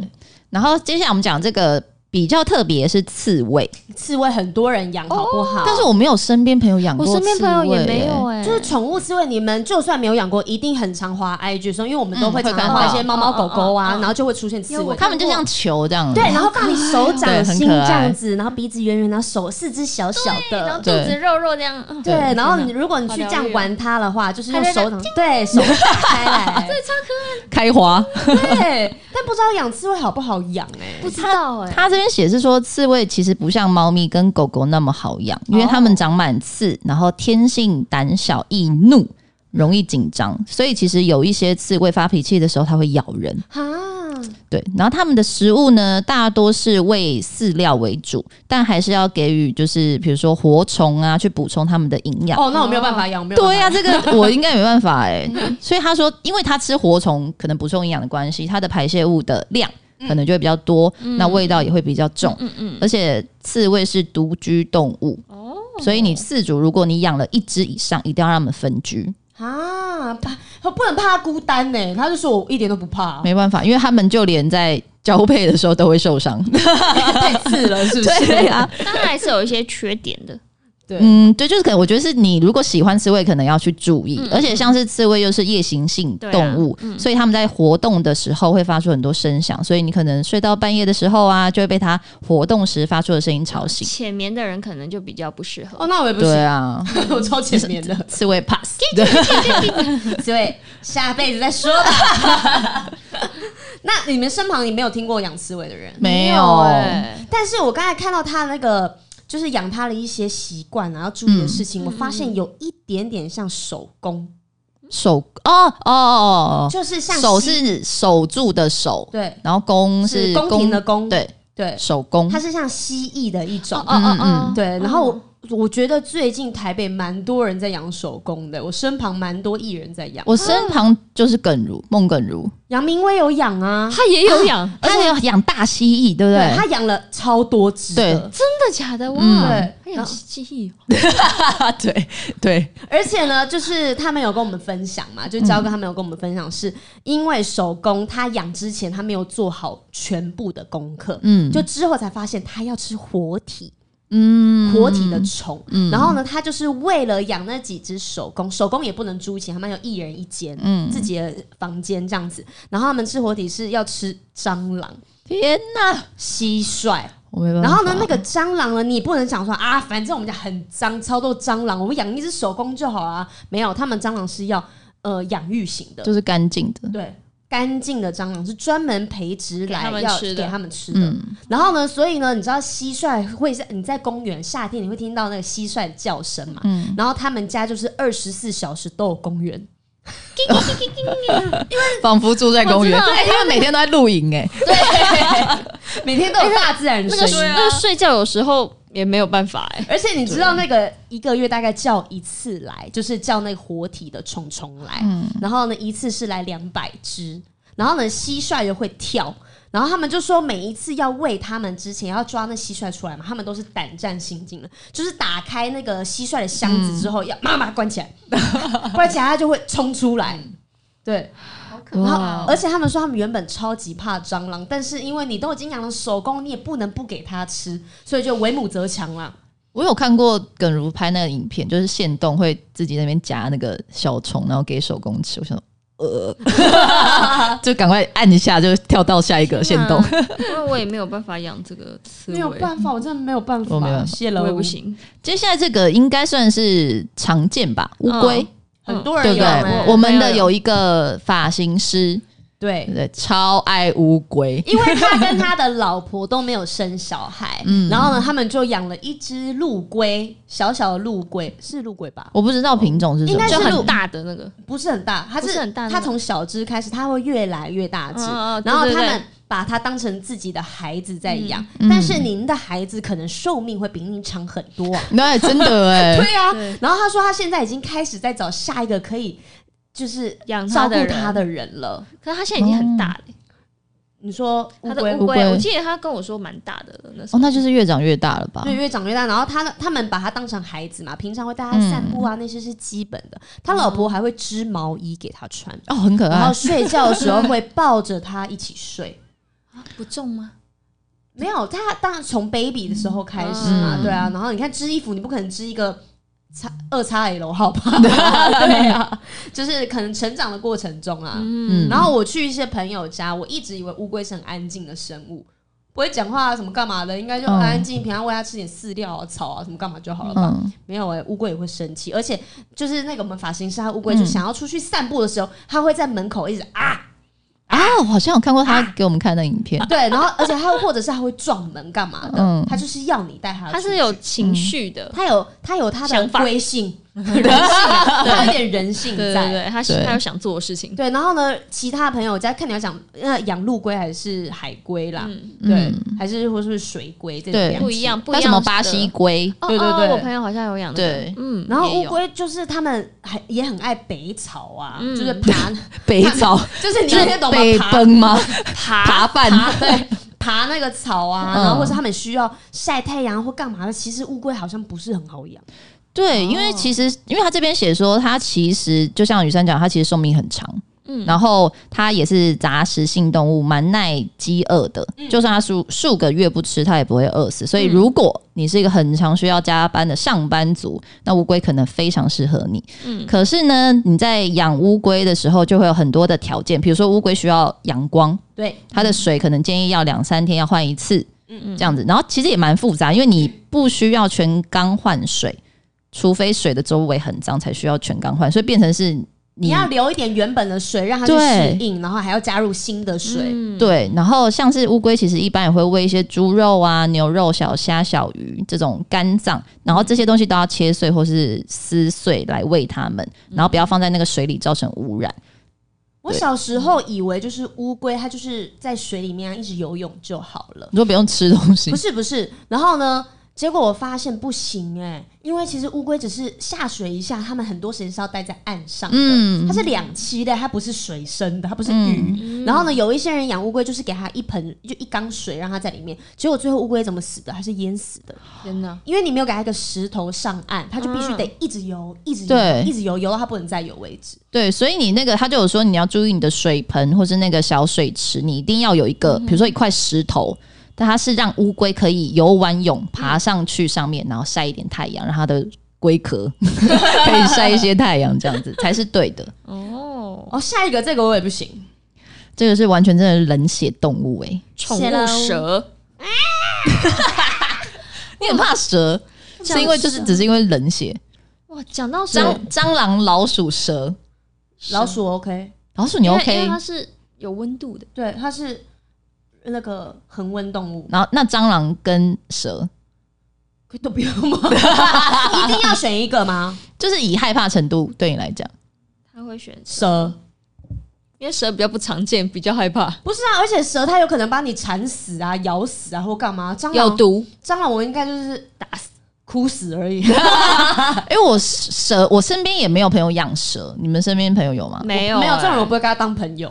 Speaker 3: 然后接下来我们讲这个比较特别是刺猬，
Speaker 2: 刺猬很多人养，好不好？
Speaker 3: 但是我没有哦身边朋友养
Speaker 1: 我
Speaker 3: 过刺
Speaker 1: 身
Speaker 3: 猬，
Speaker 1: 边朋友也没有
Speaker 3: 哎。
Speaker 2: 哦
Speaker 1: 哎、
Speaker 2: 就是宠物是为你们就算没有养过，一定很常滑 IG 说，因为我们都
Speaker 3: 嗯
Speaker 2: 会
Speaker 3: 会
Speaker 2: 常常
Speaker 3: 看
Speaker 2: 滑一
Speaker 3: 到
Speaker 2: 些猫猫狗狗啊
Speaker 1: 嗯嗯，嗯
Speaker 2: 然后就会出现刺
Speaker 1: 因为
Speaker 2: 猬
Speaker 1: 我。
Speaker 3: 他们就像球这样，
Speaker 2: 对，然后放你手掌
Speaker 3: 对很
Speaker 2: 心
Speaker 3: 可爱
Speaker 2: 这样子，然后鼻子圆圆，然后手四肢小小
Speaker 1: 然后
Speaker 2: 的。
Speaker 1: 肚子肉肉这样，嗯
Speaker 2: 对，
Speaker 3: 对
Speaker 2: 然后
Speaker 1: 天
Speaker 2: 你如果你去这
Speaker 1: 好疗
Speaker 2: 样
Speaker 1: 愈
Speaker 2: 玩它的话，就是用
Speaker 1: 还在
Speaker 2: 手
Speaker 1: 那
Speaker 2: 掌对手打开来，
Speaker 3: 开花。
Speaker 2: 对。但不知道养刺猬好不好养哎
Speaker 1: 不，知道哎、
Speaker 3: 他这边写是说，刺猬其实不像猫咪跟狗狗那么好养，因为它们长满刺，然后天性胆小易怒，容易紧张，所以其实有一些刺猬发脾气的时候，它会咬人。
Speaker 2: 哈，
Speaker 3: 对，然后他们的食物呢，大多是喂饲料为主，但还是要给予就是比如说活虫啊，去补充他们的营养。
Speaker 2: 哦，那我没有办法养，我没有办法嗯
Speaker 3: 对呀、
Speaker 2: 养。
Speaker 3: 这个我应该没办法哎、所以他说，因为他吃活虫可能补充营养的关系，它的排泄物的量
Speaker 2: 嗯
Speaker 3: 可能就会比较多，那味道也会比较重。
Speaker 1: 嗯嗯，
Speaker 3: 而且刺猬是独居动物，
Speaker 1: 哦，
Speaker 3: 所以你饲主如果你养了一只以上，一定要让它们分居。
Speaker 2: 啊，怕他不能怕它孤单呢，他就说我一点都不怕，
Speaker 3: 没办法，因为他们就连在交配的时候都会受伤。
Speaker 2: 太刺了，是不 是？
Speaker 3: 对啊，
Speaker 1: 当然还是有一些缺点的，
Speaker 2: 对，
Speaker 3: 嗯，对，就是可能我觉得是你如果喜欢刺猬，可能要去注意，而且像是刺猬又是夜行性
Speaker 1: 对啊
Speaker 3: 动物，
Speaker 1: 嗯
Speaker 3: 所以他们在活动的时候会发出很多声响，所以你可能睡到半夜的时候啊，就会被它活动时发出的声音吵 醒。
Speaker 1: 浅眠的人可能就比较不适合。
Speaker 2: 哦，那我也不
Speaker 3: 对
Speaker 2: 行，
Speaker 3: 啊，
Speaker 2: 我超前面的。
Speaker 3: 刺猬 pass。
Speaker 2: 所以下辈子再说吧。 那你们身旁你没有听过养刺猬的人，
Speaker 3: 没有
Speaker 1: 哎，
Speaker 2: 但是我刚才看到他那个就是养它的一些习惯啊，要注意的事
Speaker 3: 嗯
Speaker 2: 情，我发现有一点点像手工，
Speaker 3: 手哦哦哦哦，
Speaker 2: 就是像
Speaker 3: 手
Speaker 2: 西
Speaker 3: 是守住的手，
Speaker 2: 对，
Speaker 3: 然后弓
Speaker 2: 是
Speaker 3: 是
Speaker 2: 宫廷的宫，
Speaker 3: 对，嗯
Speaker 2: 对，
Speaker 3: 手弓
Speaker 2: 它。是像蜥蜴的一种
Speaker 1: 哦，哦哦
Speaker 3: 嗯，
Speaker 2: 对。然后我我觉得最近台北蛮多人在养手工的，我身旁蛮多艺人在养，
Speaker 3: 我身旁就是耿如，孟耿如，
Speaker 2: 杨明威有养啊，
Speaker 3: 嗯
Speaker 1: 他也有 养，
Speaker 3: 而且有养大蜥蜴，对不
Speaker 2: 对
Speaker 3: 对？
Speaker 2: 他养了超多只的，
Speaker 3: 对
Speaker 1: 真的假的哇？
Speaker 3: 嗯
Speaker 1: 他有哦记忆，
Speaker 3: 啊， 对对，
Speaker 2: 而且呢，就是他们有跟我们分享
Speaker 3: 嗯
Speaker 2: 嘛，就焦哥他们有跟我们分享，是因为手工他养之前他没有做好全部的功课，
Speaker 3: 嗯
Speaker 2: 就之后才发现他要吃活体。
Speaker 3: 嗯
Speaker 2: 活体的虫，然后呢，他就是为了养那几只手工，手工也不能租钱，他们有一人一间，
Speaker 3: 嗯
Speaker 2: 自己的房间这样子。然后他们吃活体是要吃蟑螂、
Speaker 3: 天哪，
Speaker 2: 蟋蟀，
Speaker 3: 我
Speaker 1: 嗯
Speaker 3: 没办法。
Speaker 2: 然后呢，那个蟑螂呢，你不能想说啊，反正我们家很脏，超多蟑螂，我们养一只手工就好啦。没有，他们蟑螂是要呃养育型的，
Speaker 3: 就是干净的，
Speaker 2: 对，干净的蟑螂是专门培植
Speaker 1: 给他
Speaker 2: 来
Speaker 1: 们
Speaker 2: 要
Speaker 1: 吃的嗯
Speaker 2: 给他们吃的。然后呢，所以呢，你知道蟋蟀会在你在公园夏天你会听到那个蟋蟀的叫声嘛？
Speaker 1: 嗯
Speaker 2: 然后他们家就是二十四小时都有公园，
Speaker 3: 仿佛住在公园。
Speaker 1: 我知道
Speaker 3: 对，他们每天都在露营，哎，
Speaker 2: 每天都有大自然的
Speaker 3: 啊
Speaker 1: 哎那个啊
Speaker 2: 声音。
Speaker 1: 睡那个睡觉有时候也没有办法哎，
Speaker 2: 而且你知道那个一个月大概叫一次来，就是叫那个活体的虫虫来，然后呢一次是来两百只，然后呢蟋蟀又会跳。然后他们就说，每一次要喂它们之前，要抓那蟋蟀出来嘛，他们都是胆战心惊的，就是打开那个蟋蟀的箱子之后，要妈妈关起来，关起来它就会冲出来。对，
Speaker 1: 可
Speaker 2: 然
Speaker 1: 怕
Speaker 2: 后
Speaker 1: 哦。
Speaker 2: 而且他们说他们原本超级怕蟑螂，但是因为你都已经养了手工，你也不能不给它吃，所以就为母则强啦。
Speaker 3: 我有看过耿如拍那个影片，就是现动会自己在那边夹那个小虫，然后给手工吃。我想说，呃， 就赶快按一下，就跳到下一个现动。
Speaker 1: 天哪嗯因为我也没有办法养这个刺
Speaker 2: 没有
Speaker 1: 猬，
Speaker 2: 办法，我真的没有办法，
Speaker 3: 我没办法
Speaker 2: 谢了，
Speaker 1: 我也不。行。
Speaker 3: 接下来这个应该算是常见吧，乌龟，
Speaker 2: 很多人
Speaker 3: 对不
Speaker 2: 有、
Speaker 3: 对？
Speaker 2: 欸
Speaker 3: 我们的有一个发型师，
Speaker 2: 对
Speaker 3: 对不对，超爱乌龟。
Speaker 2: 因为他跟他的老婆都没有生小孩，
Speaker 3: 嗯
Speaker 2: 然后呢，他们就养了一只陆龟，小小的陆龟是陆龟吧？
Speaker 3: 我不知道品种是什
Speaker 2: 应
Speaker 3: 么
Speaker 2: 该，
Speaker 1: 就
Speaker 2: 鹿
Speaker 1: 很大的那个，
Speaker 2: 不是很大，它
Speaker 1: 不是很大那个
Speaker 2: 它从小只开始，它会越来越大只，
Speaker 1: 嗯嗯对
Speaker 2: 然后
Speaker 1: 对
Speaker 2: 他
Speaker 1: 对
Speaker 2: 们把它当成自己的孩子在养。
Speaker 3: 嗯
Speaker 2: 但是您的孩子可能寿命会比你长很多、啊，
Speaker 3: 那真的哎、
Speaker 2: 对啊
Speaker 1: 对。
Speaker 2: 然后他说他现在已经开始在找下一个可以就是
Speaker 1: 养
Speaker 2: 照
Speaker 1: 它
Speaker 2: 顾
Speaker 1: 的人
Speaker 2: 他的人了。
Speaker 1: 可是它现在已经很大了、
Speaker 2: 你说乌
Speaker 1: 它
Speaker 2: 龟
Speaker 1: 的乌
Speaker 3: 哦乌龟
Speaker 1: 龟，我记得他跟我说蛮大的了，那时
Speaker 3: 哦，
Speaker 1: 候。
Speaker 3: 那就是越长越大了吧
Speaker 1: 啊
Speaker 2: 对，？越长越大。然后他他们把他当成孩子嘛，平常会带他散步啊，那些是基本的。他老
Speaker 1: 哦
Speaker 2: 婆还会织毛衣给他穿，
Speaker 3: 哦，很可
Speaker 2: 然后
Speaker 3: 爱。
Speaker 2: 睡觉的时候会抱着他一起睡。
Speaker 1: 啊不重吗？
Speaker 2: 没有，他当然从 baby 的时候开始嘛，
Speaker 3: 嗯
Speaker 2: 对啊。然后你看织衣服，你不可能织一个叉二叉 L 号吧？对啊，就是可能成长的过程中啊。
Speaker 1: 嗯，
Speaker 2: 然后我去一些朋友家，我一直以为乌龟是很安静的生物，不会讲话啊，什么干嘛的，应该就
Speaker 3: 嗯
Speaker 2: 安安静，平常喂它吃点饲料啊、草啊，什么干嘛就好了吧。
Speaker 3: 嗯，
Speaker 2: 没有哎、乌龟也会生气，而且就是那个我们发型师，他乌龟就想要出去散步的时候，他会在门口一直啊，
Speaker 3: 啊，我好像有看过他给我们看的影片。
Speaker 2: 对，然后而且他或者是他会撞门干嘛的，
Speaker 3: 嗯
Speaker 2: 他就是要你带他，
Speaker 1: 它是有。情绪的，
Speaker 2: 他有他有他的
Speaker 1: 想法
Speaker 2: 龟 性，人性，他有点人性
Speaker 1: 对
Speaker 2: 在
Speaker 1: 对。对，它
Speaker 3: 嗯对
Speaker 1: 它有想做的事情。
Speaker 2: 对，然后呢，其他朋友家看你要讲，呃，养陆龟还是海龟
Speaker 3: 啊
Speaker 2: 啦，
Speaker 1: 嗯，
Speaker 2: 对，还是或是水龟这种
Speaker 3: 对
Speaker 2: 两
Speaker 1: 不一样，不一
Speaker 3: 那
Speaker 1: 样。
Speaker 3: 什么巴西？ 龟？
Speaker 1: 哦
Speaker 2: 对对
Speaker 1: 哦
Speaker 2: 对
Speaker 1: 我朋友好像有养那个。
Speaker 3: 对
Speaker 1: 嗯，
Speaker 2: 然后
Speaker 1: 也
Speaker 2: 乌
Speaker 1: 有
Speaker 2: 龟就是他们还也很爱北草啊，
Speaker 1: 嗯
Speaker 2: 就是 爬，
Speaker 3: 北草，
Speaker 2: 就是你
Speaker 3: 就是
Speaker 2: 们听得懂吗？
Speaker 3: 北
Speaker 2: 爬
Speaker 3: 奔吗？
Speaker 1: 爬
Speaker 3: 爬饭
Speaker 2: 爬对爬那个草啊，
Speaker 3: 嗯
Speaker 2: 然后或是他们需要晒太阳或干嘛的。其实乌龟好像不是很好养，
Speaker 3: 对，因为其实因为他这边写说，它其实就像雨珊讲，它其实寿命很长。嗯，然后它也是杂食性动物，蛮耐饥饿的。就算它数数个月不吃，它也不会饿死。所以，如果你是一个很常需要加班的上班族，那乌龟可能非常适合你。嗯，可是呢，你在养乌龟的时候，就会有很多的条件，比如说乌龟需要阳光，
Speaker 2: 对，
Speaker 3: 它的水可能建议要两三天要换一次，这样子。然后其实也蛮复杂，因为你不需要全缸换水，除非水的周围很脏才需要全缸换，所以变成是
Speaker 2: 你
Speaker 3: 你
Speaker 2: 要留一点原本的水让它去
Speaker 3: 对
Speaker 2: 适应，然后还要加入新的水。
Speaker 3: 对。然后像是乌龟，其实一般也会喂一些猪肉啊、牛肉、小虾、小鱼这种肝脏，然后这些东西都要切碎或是撕碎来喂它们，然后不要放在那个水里造成污染。
Speaker 2: 我小时候以为就是乌龟，它就是在水里面啊一直游泳就好了。
Speaker 3: 你说不用吃东西
Speaker 2: 不，是不是，然后呢？结果我发现不行哎、因为其实乌龟只是下水一下，它们很多时间是要待在岸上的，
Speaker 3: 嗯
Speaker 2: 它是两栖的，它不是水生的，它不是鱼。然后呢，有一些人养乌龟就是给它一盆就一缸水让它在里面，结果最后乌龟怎么死的？它是淹死的，
Speaker 1: 天哪，
Speaker 2: 因为你没有给它一个石头上岸，它就必须得一直游，一直游
Speaker 3: 对，
Speaker 2: 一直游，游到它不能再游为止。
Speaker 3: 对，所以你那个他就有说你要注意你的水盆或是那个小水池，你一定要有一个，比如说一块石头，但它是让乌龟可以游完泳爬上去上面，然后晒一点太阳，让它的龟壳 可以晒一些太阳，这样子才是对的。
Speaker 1: 哦，
Speaker 2: 哦，下一个这个我也不行，
Speaker 3: 这个是完全真的是冷血动物欸诶、
Speaker 1: 宠
Speaker 2: 谢喽
Speaker 1: 物蛇，
Speaker 3: 你很怕蛇，
Speaker 1: 哦
Speaker 3: 是因为就是只是因为冷血，
Speaker 1: 哇，讲到蛇
Speaker 3: 蟑，蟑螂、老鼠、蛇、
Speaker 2: 老鼠 OK，
Speaker 3: 老鼠你
Speaker 1: 因为因为
Speaker 3: OK，
Speaker 1: 它是有温度的，
Speaker 2: 对，它是那个恒温动物，
Speaker 3: 然后那蟑螂跟蛇
Speaker 2: 都不用吗？一定要选一个吗？
Speaker 3: 就是以害怕程度对你来讲，
Speaker 1: 它会选蛇，
Speaker 2: 蛇
Speaker 1: 因为蛇比较不常见，比较害怕，
Speaker 2: 不是啊，而且蛇它有可能把你缠死啊、咬死啊，或干嘛？蟑
Speaker 1: 有
Speaker 2: 螂，
Speaker 1: 毒，
Speaker 2: 蟑螂我应该就是打死、哭死而已。
Speaker 3: 因为我蛇，我身边也没有朋友养蛇，你们身边朋友啊有吗？
Speaker 1: 没有
Speaker 2: 没有这种人，我
Speaker 1: 欸
Speaker 2: 不会跟他当朋友。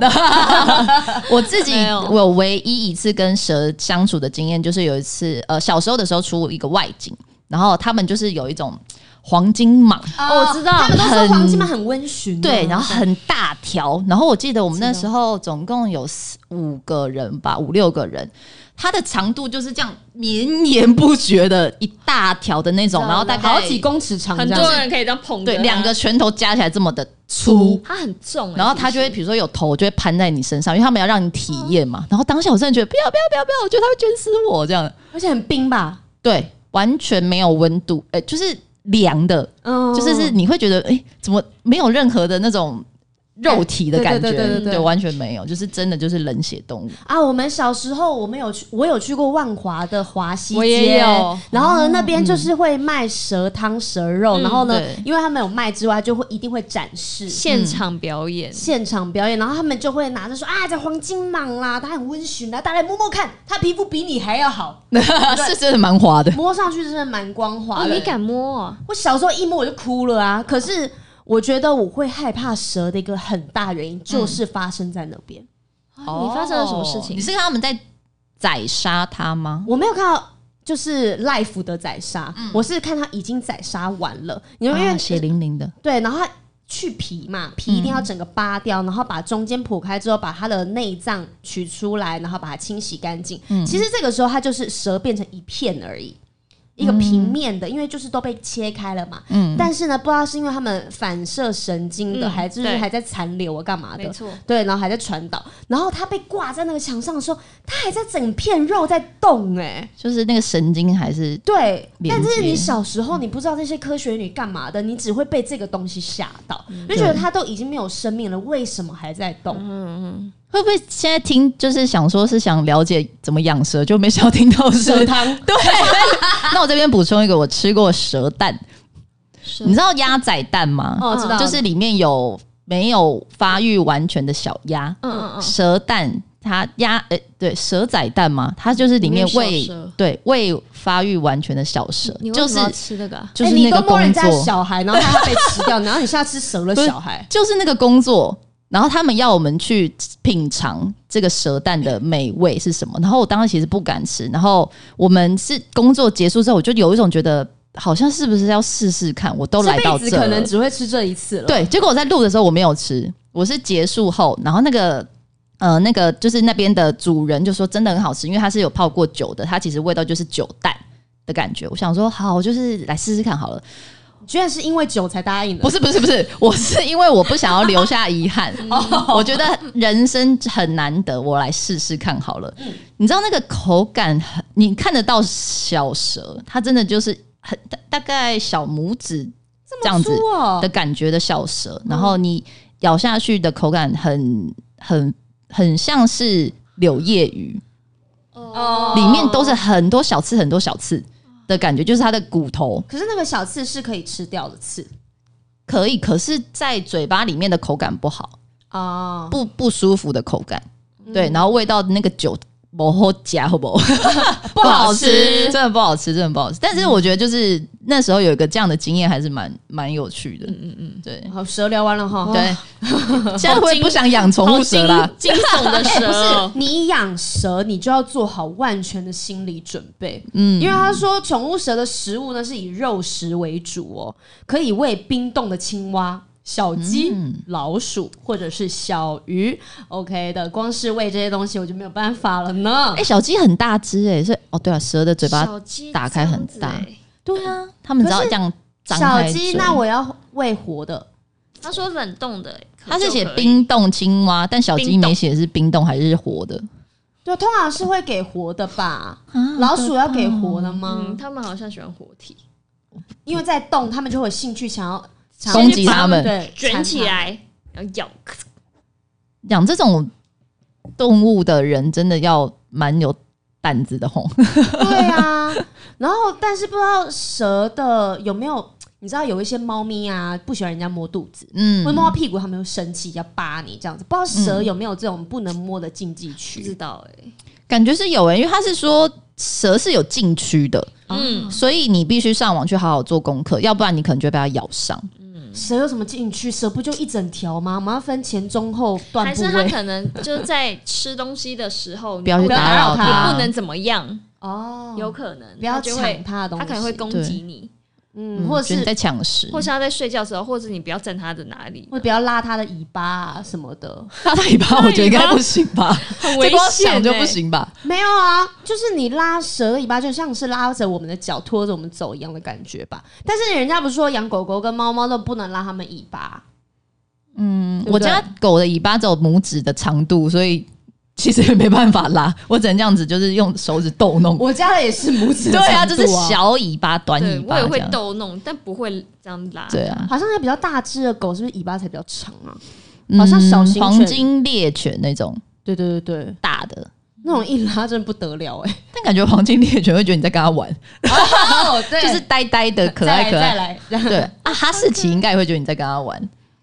Speaker 3: 我自己
Speaker 1: 没有
Speaker 3: 我唯一一次跟蛇相处的经验，就是有一次，呃，小时候的时候出一个外景，然后他们就是有一种。黄金蟒，
Speaker 1: 哦我知道
Speaker 2: 他们都说
Speaker 3: 很
Speaker 2: 黄金嘛很温驯啊，
Speaker 3: 对，然后很大条。然后我记得我们那时候总共有四五个人吧，五六个人。它的长度就是这样绵延不绝的一大条的那种，
Speaker 1: 知道
Speaker 3: 然后大概
Speaker 2: 好
Speaker 1: 啊
Speaker 2: 几公尺长这
Speaker 1: 很
Speaker 2: 样，
Speaker 1: 多人可以这样捧着
Speaker 3: 对
Speaker 1: 它
Speaker 3: 两个拳头加起来这么的粗，
Speaker 1: 它很重欸，
Speaker 3: 然后他
Speaker 1: 其
Speaker 3: 就
Speaker 1: 实
Speaker 3: 会，比如说有头就会攀在你身上，因为他们要让你体验嘛。然后当下我真的觉得不要不要不要不要，我觉得他会卷死我这样。
Speaker 2: 而且很冰吧，
Speaker 3: 对，完全没有温度，哎、就是凉的，
Speaker 2: 嗯，
Speaker 3: 就是是你会觉得哎、怎么没有任何的那种肉体的感觉？
Speaker 2: 对对对对对对
Speaker 3: 完全没有，就是真的就是冷血动物。
Speaker 2: 啊，我们小时候我们有去，我有去过万华的华西街，
Speaker 1: 我也有
Speaker 2: 然后呢，那边就是会卖蛇汤、蛇肉，
Speaker 1: 嗯
Speaker 2: 然后呢
Speaker 3: 对，
Speaker 2: 因为他们有卖之外，就会一定会展示。
Speaker 1: 现场表演，
Speaker 2: 现场表演，然后他们就会拿着说啊，这黄金蟒啦，它很温驯啊啦，大家来摸摸看，它皮肤比你还要好，
Speaker 3: 是真的蛮滑的。
Speaker 2: 摸上去真的蛮光滑
Speaker 1: 哦，
Speaker 2: 的。
Speaker 1: 你敢摸哦？
Speaker 2: 我小时候一摸我就哭了啊！可是我觉得我会害怕蛇的一个很大原因，就是发生在那边。
Speaker 1: 啊你发生了什么事
Speaker 3: 哦你
Speaker 1: 情？
Speaker 3: 是看他们在宰杀它吗？
Speaker 2: 我没有看到就是 life 的宰杀，
Speaker 1: 嗯
Speaker 2: 我是看它已经宰杀完了，因为因为、
Speaker 3: 啊血淋淋的，
Speaker 2: 对，然后它去皮嘛，
Speaker 1: 嗯
Speaker 2: 皮一定要整个扒掉，然后把中间剖开之后，把它的内脏取出来，然后把它清洗干净。
Speaker 1: 嗯
Speaker 2: 其实这个时候它就是蛇变成一片而已。一个平面的，因为就是都被切开了嘛。但是呢，不知道是因为他们反射神经的，
Speaker 1: 嗯
Speaker 2: 还是
Speaker 1: 对
Speaker 2: 还在残留啊，干嘛的
Speaker 1: 没？错，
Speaker 2: 对，然后还在传导。然后它被挂在那个墙上的时候，它还在整片肉在动、哎，
Speaker 3: 就是那个神经还是
Speaker 2: 对，
Speaker 3: 连
Speaker 2: 但是
Speaker 3: 接
Speaker 2: 你小时候你不知道这些科学女干嘛的，你只会被这个东西吓到，
Speaker 3: 嗯
Speaker 2: 就觉得它都已经没有生命了，为什么还在动？
Speaker 3: 会不会现在听就是想说是想了解怎么养蛇，就没想到听到
Speaker 2: 蛇
Speaker 3: 是？
Speaker 2: 汤，
Speaker 3: 对， 那我这边补充一个，我吃过蛇蛋，
Speaker 1: 蛇
Speaker 3: 你知道鸭仔蛋吗？
Speaker 2: 哦，
Speaker 1: 嗯
Speaker 2: 知道，
Speaker 3: 啊就是里面有没有发育完全的小鸭，
Speaker 1: 嗯嗯嗯，
Speaker 3: 蛇蛋它鸭呃对蛇仔蛋嘛，它就是里面
Speaker 1: 里面
Speaker 3: 未
Speaker 1: 小蛇
Speaker 3: 对未发育完全的小蛇
Speaker 1: 你，为
Speaker 3: 就是
Speaker 1: 什么要吃这个啊？
Speaker 3: 就
Speaker 2: 哎
Speaker 3: 是
Speaker 2: 你
Speaker 3: 那
Speaker 2: 都
Speaker 3: 个
Speaker 2: 摸人
Speaker 3: 工
Speaker 2: 家
Speaker 3: 作，
Speaker 2: 小孩，然后害他被吃 掉，然后你现在吃蛇了小孩，
Speaker 3: 就是那个工作。然后他们要我们去品尝这个蛇蛋的美味是什么，然后我当时其实不敢吃。然后我们是工作结束之后，我就有一种觉得好像是不是要试试看，我都来
Speaker 2: 这
Speaker 3: 到
Speaker 2: 辈子
Speaker 3: 这
Speaker 2: 可
Speaker 3: 了，
Speaker 2: 能只会吃这一次了。，
Speaker 3: 对，结果我在录的时候我没有吃，我是结束后，然后那个呃那个就是那边的主人就说真的很好吃，因为它是有泡过酒的，它其实味道就是酒蛋的感觉。我想说好，我就是来试试看好了。
Speaker 2: 居然是因为酒才答应的，
Speaker 3: 不是不是不是，我是因为我不想要留下 遗憾，
Speaker 2: 哦
Speaker 3: 我觉得人生很难得，我来试试看好了。
Speaker 2: 嗯
Speaker 3: 你知道那个口感很，你看得到小蛇，它真的就是很大大概小拇指这样
Speaker 2: 粗
Speaker 3: 子
Speaker 2: 嗯哦
Speaker 3: 的，感觉的小蛇，然后你咬下去的口感很很很像是柳叶鱼，
Speaker 2: 哦
Speaker 3: 里面都是很多小刺很多小刺的感觉，就是它的骨头
Speaker 2: 可是那个小刺是可以吃掉的刺
Speaker 3: 可以，可是在嘴巴里面的口感不好，
Speaker 2: 哦，
Speaker 3: 不不舒服的口感，对，然后味道那个酒。不好夹，好不好？不好吃， 真的不好吃，真的不好吃。但是我觉得，就是那时候有一个这样的经验，还是蛮蛮有趣的。嗯嗯嗯，对
Speaker 2: 好，蛇聊完了哈，
Speaker 3: 对。现在会不想养宠物蛇啦
Speaker 1: 好，惊惊悚的蛇哦，
Speaker 2: 你养蛇，你就要做好万全的心理准备。嗯，因为他说宠物蛇的食物呢是以肉食为主哦，可以喂冰冻的青蛙。小鸡、
Speaker 3: 嗯
Speaker 2: 老鼠或者是小鱼，OK 的，光是喂这些东西我就没有办法了呢
Speaker 3: 哎、。小鸡很大只哎、所以哦对啊，蛇的嘴巴，
Speaker 1: 小鸡
Speaker 3: 打开很
Speaker 1: 这样
Speaker 3: 大
Speaker 1: 子欸
Speaker 3: 对啊，他们只要这样张
Speaker 2: 小
Speaker 3: 开
Speaker 2: 鸡，
Speaker 3: 嘴
Speaker 2: 那我要喂活的，
Speaker 1: 他说冷冻的欸，
Speaker 3: 它是写
Speaker 1: 可就可以
Speaker 3: 冰冻青蛙，但小鸡
Speaker 1: 冰冻
Speaker 3: 没写是冰冻还是活的。
Speaker 2: 对，通常是会给活的 吧？老鼠要给活的吗？
Speaker 1: 嗯，他们好像喜欢活体，
Speaker 2: 因为在动，它们就会有兴趣想要想要
Speaker 3: 攻击它们，
Speaker 2: 对
Speaker 1: 卷起
Speaker 2: 缠它
Speaker 1: 来，然后咬，
Speaker 3: 养这种动物的人真的要蛮有胆子的吼。
Speaker 2: 对啊，然后但是不知道蛇的有没有，你知道有一些猫咪啊，不喜欢人家摸肚子，
Speaker 3: 嗯
Speaker 2: 会，摸到屁股，它们会生气，要扒你这样子。不知道蛇有没有这种不能摸的禁忌
Speaker 1: 不知
Speaker 2: 区？
Speaker 1: 道哎，
Speaker 3: 感觉是有哎、因为他是说蛇是有禁区的，
Speaker 1: 嗯，
Speaker 3: 所以你必须上网去好好做功课，要不然你可能就会被它咬伤。
Speaker 2: 蛇有什么禁区？蛇不就一整条吗？我们要分前中后段
Speaker 1: 还
Speaker 2: 部
Speaker 1: 是他
Speaker 2: 位
Speaker 1: 可能就是在吃东西的时候，你
Speaker 3: 不要去
Speaker 2: 不要打
Speaker 3: 打
Speaker 2: 扰
Speaker 3: 扰
Speaker 2: 它
Speaker 1: 也
Speaker 3: 它，
Speaker 1: 不能怎么样，
Speaker 2: 哦，
Speaker 1: 有可能
Speaker 2: 不要
Speaker 1: 它就
Speaker 2: 抢
Speaker 1: 会，
Speaker 2: 它的东
Speaker 1: 他
Speaker 2: 西，
Speaker 1: 可能会攻击你，
Speaker 2: 嗯，或者
Speaker 3: 觉得你在
Speaker 2: 是
Speaker 3: 抢食，
Speaker 1: 或是他在睡觉的时候，或者你不要站他的哪里，
Speaker 2: 会不要拉他的尾巴啊什么的。
Speaker 3: 拉他尾巴，我觉得应该不行 吧，
Speaker 1: 很
Speaker 3: 这
Speaker 1: 危
Speaker 3: 光
Speaker 1: 险、欸
Speaker 3: 想就不。行吧？
Speaker 2: 没有啊，就是你拉蛇的尾巴，就像是拉着我们的脚拖着我们走一样的感觉吧。但是人家不是说养狗狗跟猫猫都不能拉它们尾巴，
Speaker 3: 嗯
Speaker 2: 嗯
Speaker 3: 我家狗的尾巴只有拇指的长度，所以其实也没办法拉， 我只能这样子，就是用手指逗弄。
Speaker 2: 我家的也是拇指
Speaker 3: 对
Speaker 2: 的
Speaker 3: 啊，
Speaker 2: 长
Speaker 3: 就
Speaker 2: 度
Speaker 3: 是小尾巴、短
Speaker 1: 对
Speaker 3: 尾，
Speaker 1: 我
Speaker 3: 巴
Speaker 1: 也
Speaker 3: 这
Speaker 1: 会
Speaker 3: 样。
Speaker 1: 逗弄，但不会这样拉。
Speaker 3: 对啊，
Speaker 2: 好像比较大只的狗，是不是尾巴才比较长啊？
Speaker 3: 嗯
Speaker 2: 好像小型犬
Speaker 3: 黄金猎犬那种
Speaker 2: 对对对对，
Speaker 3: 大的，
Speaker 2: 那种一拉真的不得了 哎、
Speaker 3: 但感觉黄金猎犬会觉得你在跟它玩，
Speaker 2: 哦，对
Speaker 3: 就是呆呆的、可爱可
Speaker 2: 再
Speaker 3: 爱。
Speaker 2: 来再来。
Speaker 3: 对 啊，哈士奇应该也会觉得你在跟它玩。